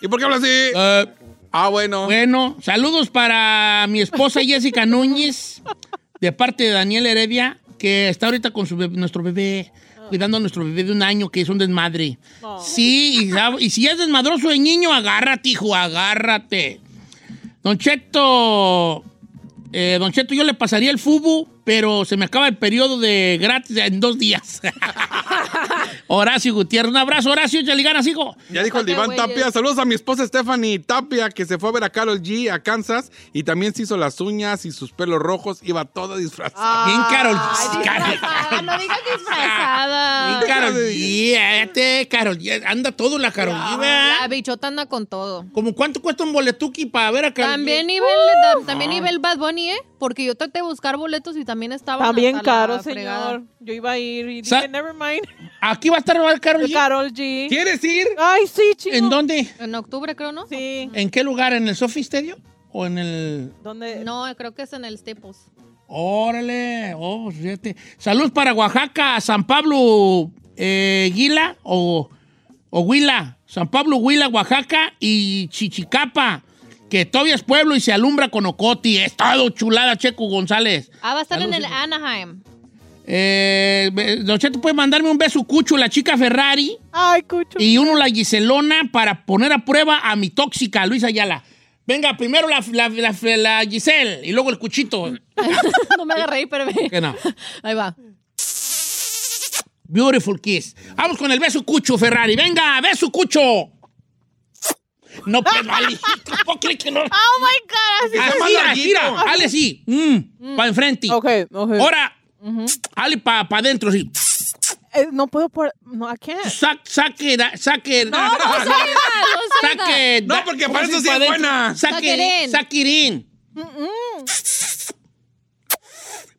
Speaker 4: ¿Y por qué habla así? ah, bueno.
Speaker 2: Bueno, saludos para mi esposa Jessica Núñez, de parte de Daniel Heredia, que está ahorita con su bebé- nuestro bebé, cuidando a nuestro bebé de un año, que es un desmadre. Sí, y, sab- y si es desmadroso de niño, agárrate, hijo, agárrate. Don Cheto, eh, Don Cheto, yo le pasaría el fubu, pero se me acaba el periodo de gratis en dos días. <laughs> Horacio Gutiérrez, un abrazo, Horacio, échale ganas, hijo.
Speaker 4: Ya dijo el diván Tapia. Saludos a mi esposa Stephanie Tapia, que se fue a ver a Carol G a Kansas y también se hizo las uñas y sus pelos rojos. Iba toda disfrazada.
Speaker 8: Ah,
Speaker 2: Bien, Carol.
Speaker 3: Ah, no digas disfrazada.
Speaker 2: Bien, Carol G, este, Carol G, anda todo la Carol G, ¿verdad?
Speaker 3: La bichota anda con todo.
Speaker 2: ¿Cómo cuánto cuesta un boletuki para ver a Carol
Speaker 3: También
Speaker 2: G?
Speaker 3: iba, el, tam- también iba el Bad Bunny, ¿eh? Porque yo traté de buscar boletos y también estaba.
Speaker 8: Está bien caro, señor. Yo iba a ir y
Speaker 2: Sa-
Speaker 8: dije, never mind.
Speaker 2: Aquí va a estar Carol G.
Speaker 8: Carol G.
Speaker 4: ¿Quieres ir?
Speaker 8: Ay, sí, chico.
Speaker 2: ¿En dónde?
Speaker 3: En octubre, creo, ¿no?
Speaker 8: Sí.
Speaker 2: ¿En qué lugar? ¿En el Sophie Stadium? ¿O en el...?
Speaker 8: ¿Dónde?
Speaker 3: No, creo que es en el Staples.
Speaker 2: Órale, oh, fíjate. Salud para Oaxaca, San Pablo eh, Guila o, o Huila. San Pablo, Huila, Oaxaca y Chichicapa, que todavía es pueblo y se alumbra con Ocoti. Estado chulada, Checo González.
Speaker 3: Ah, va a estar
Speaker 2: Saludos,
Speaker 3: en el Anaheim. <laughs>
Speaker 2: Eh, be- Don Cheto, puede mandarme un beso cucho, la chica Ferrari.
Speaker 8: Ay, cucho.
Speaker 2: Y uno la Giselona para poner a prueba a mi tóxica, Luis Ayala. Venga, primero la, la, la- la Giselle y luego el cuchito.
Speaker 3: no me agarré, pero
Speaker 2: Que no.
Speaker 3: Ahí va.
Speaker 2: Beautiful kiss. Vamos con el beso cucho, Ferrari. Venga, beso cucho. No, pues, vale. ¿Cómo crees que no?
Speaker 3: Oh my God, así
Speaker 2: Así, así, mira. Dale así. Para enfrente.
Speaker 8: Mm. Ok, ok.
Speaker 2: Ahora, dale para adentro, sí.
Speaker 8: Eh, no puedo por... No, I can't.
Speaker 2: Sa- saque, da- saque. No, Saque.
Speaker 4: No,
Speaker 2: da-
Speaker 4: porque
Speaker 2: ¿cómo
Speaker 4: para
Speaker 2: se
Speaker 4: eso sí
Speaker 2: dice pa'
Speaker 4: es
Speaker 2: adentro?
Speaker 4: buena.
Speaker 2: Saque,
Speaker 3: Saquirín.
Speaker 2: saquirín.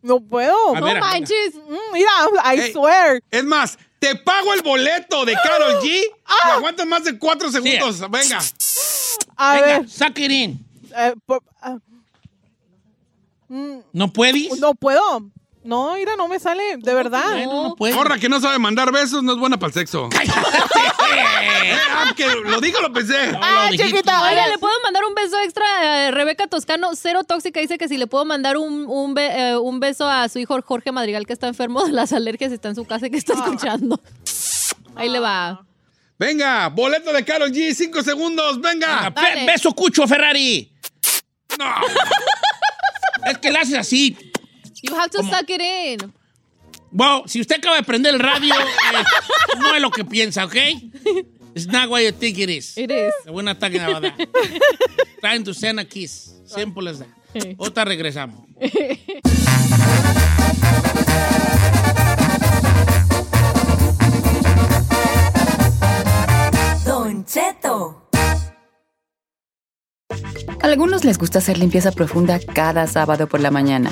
Speaker 8: No puedo.
Speaker 2: A
Speaker 8: No,
Speaker 2: ver, a ver.
Speaker 3: Manches.
Speaker 8: mm, mira, I
Speaker 4: Ey.
Speaker 8: swear.
Speaker 4: Es más, te pago el boleto de Carol G. Si aguantas más de cuatro segundos. Venga.
Speaker 8: A
Speaker 2: Venga,
Speaker 8: ver.
Speaker 2: saquirín.
Speaker 8: eh, por- ah, mm,
Speaker 2: ¿No puedes?
Speaker 8: no puedo. No, mira, no me sale. De verdad.
Speaker 2: Bueno, no puedes. <laughs>
Speaker 4: Morra que no sabe mandar besos no es buena para el sexo. Eh, ah, que lo digo, lo pensé.
Speaker 8: Ah,
Speaker 2: dijiste.
Speaker 8: chiquita.
Speaker 3: Oiga, ¿le puedo mandar un beso extra a Rebeca Toscano? Cero tóxica dice que si le puedo mandar un, un, be- eh, un beso a su hijo Jorge Madrigal, que está enfermo de las alergias, está en su casa y que está escuchando. Ahí le va.
Speaker 4: Venga, boleto de Carol G. Cinco segundos. Venga.
Speaker 2: Pe-
Speaker 3: Dale.
Speaker 2: beso cucho, Ferrari.
Speaker 4: No.
Speaker 2: Es que la haces así.
Speaker 3: You have to suck it in.
Speaker 2: Wow, si usted acaba de prender el radio, eh, no es lo que piensa, ¿ok? It's not what you think it is.
Speaker 3: It is.
Speaker 2: The buen ataque de verdad. Time to send a kiss. Simple as that. Otra regresamos.
Speaker 9: Don Cheto.
Speaker 11: A algunos les gusta hacer limpieza profunda cada sábado por la mañana.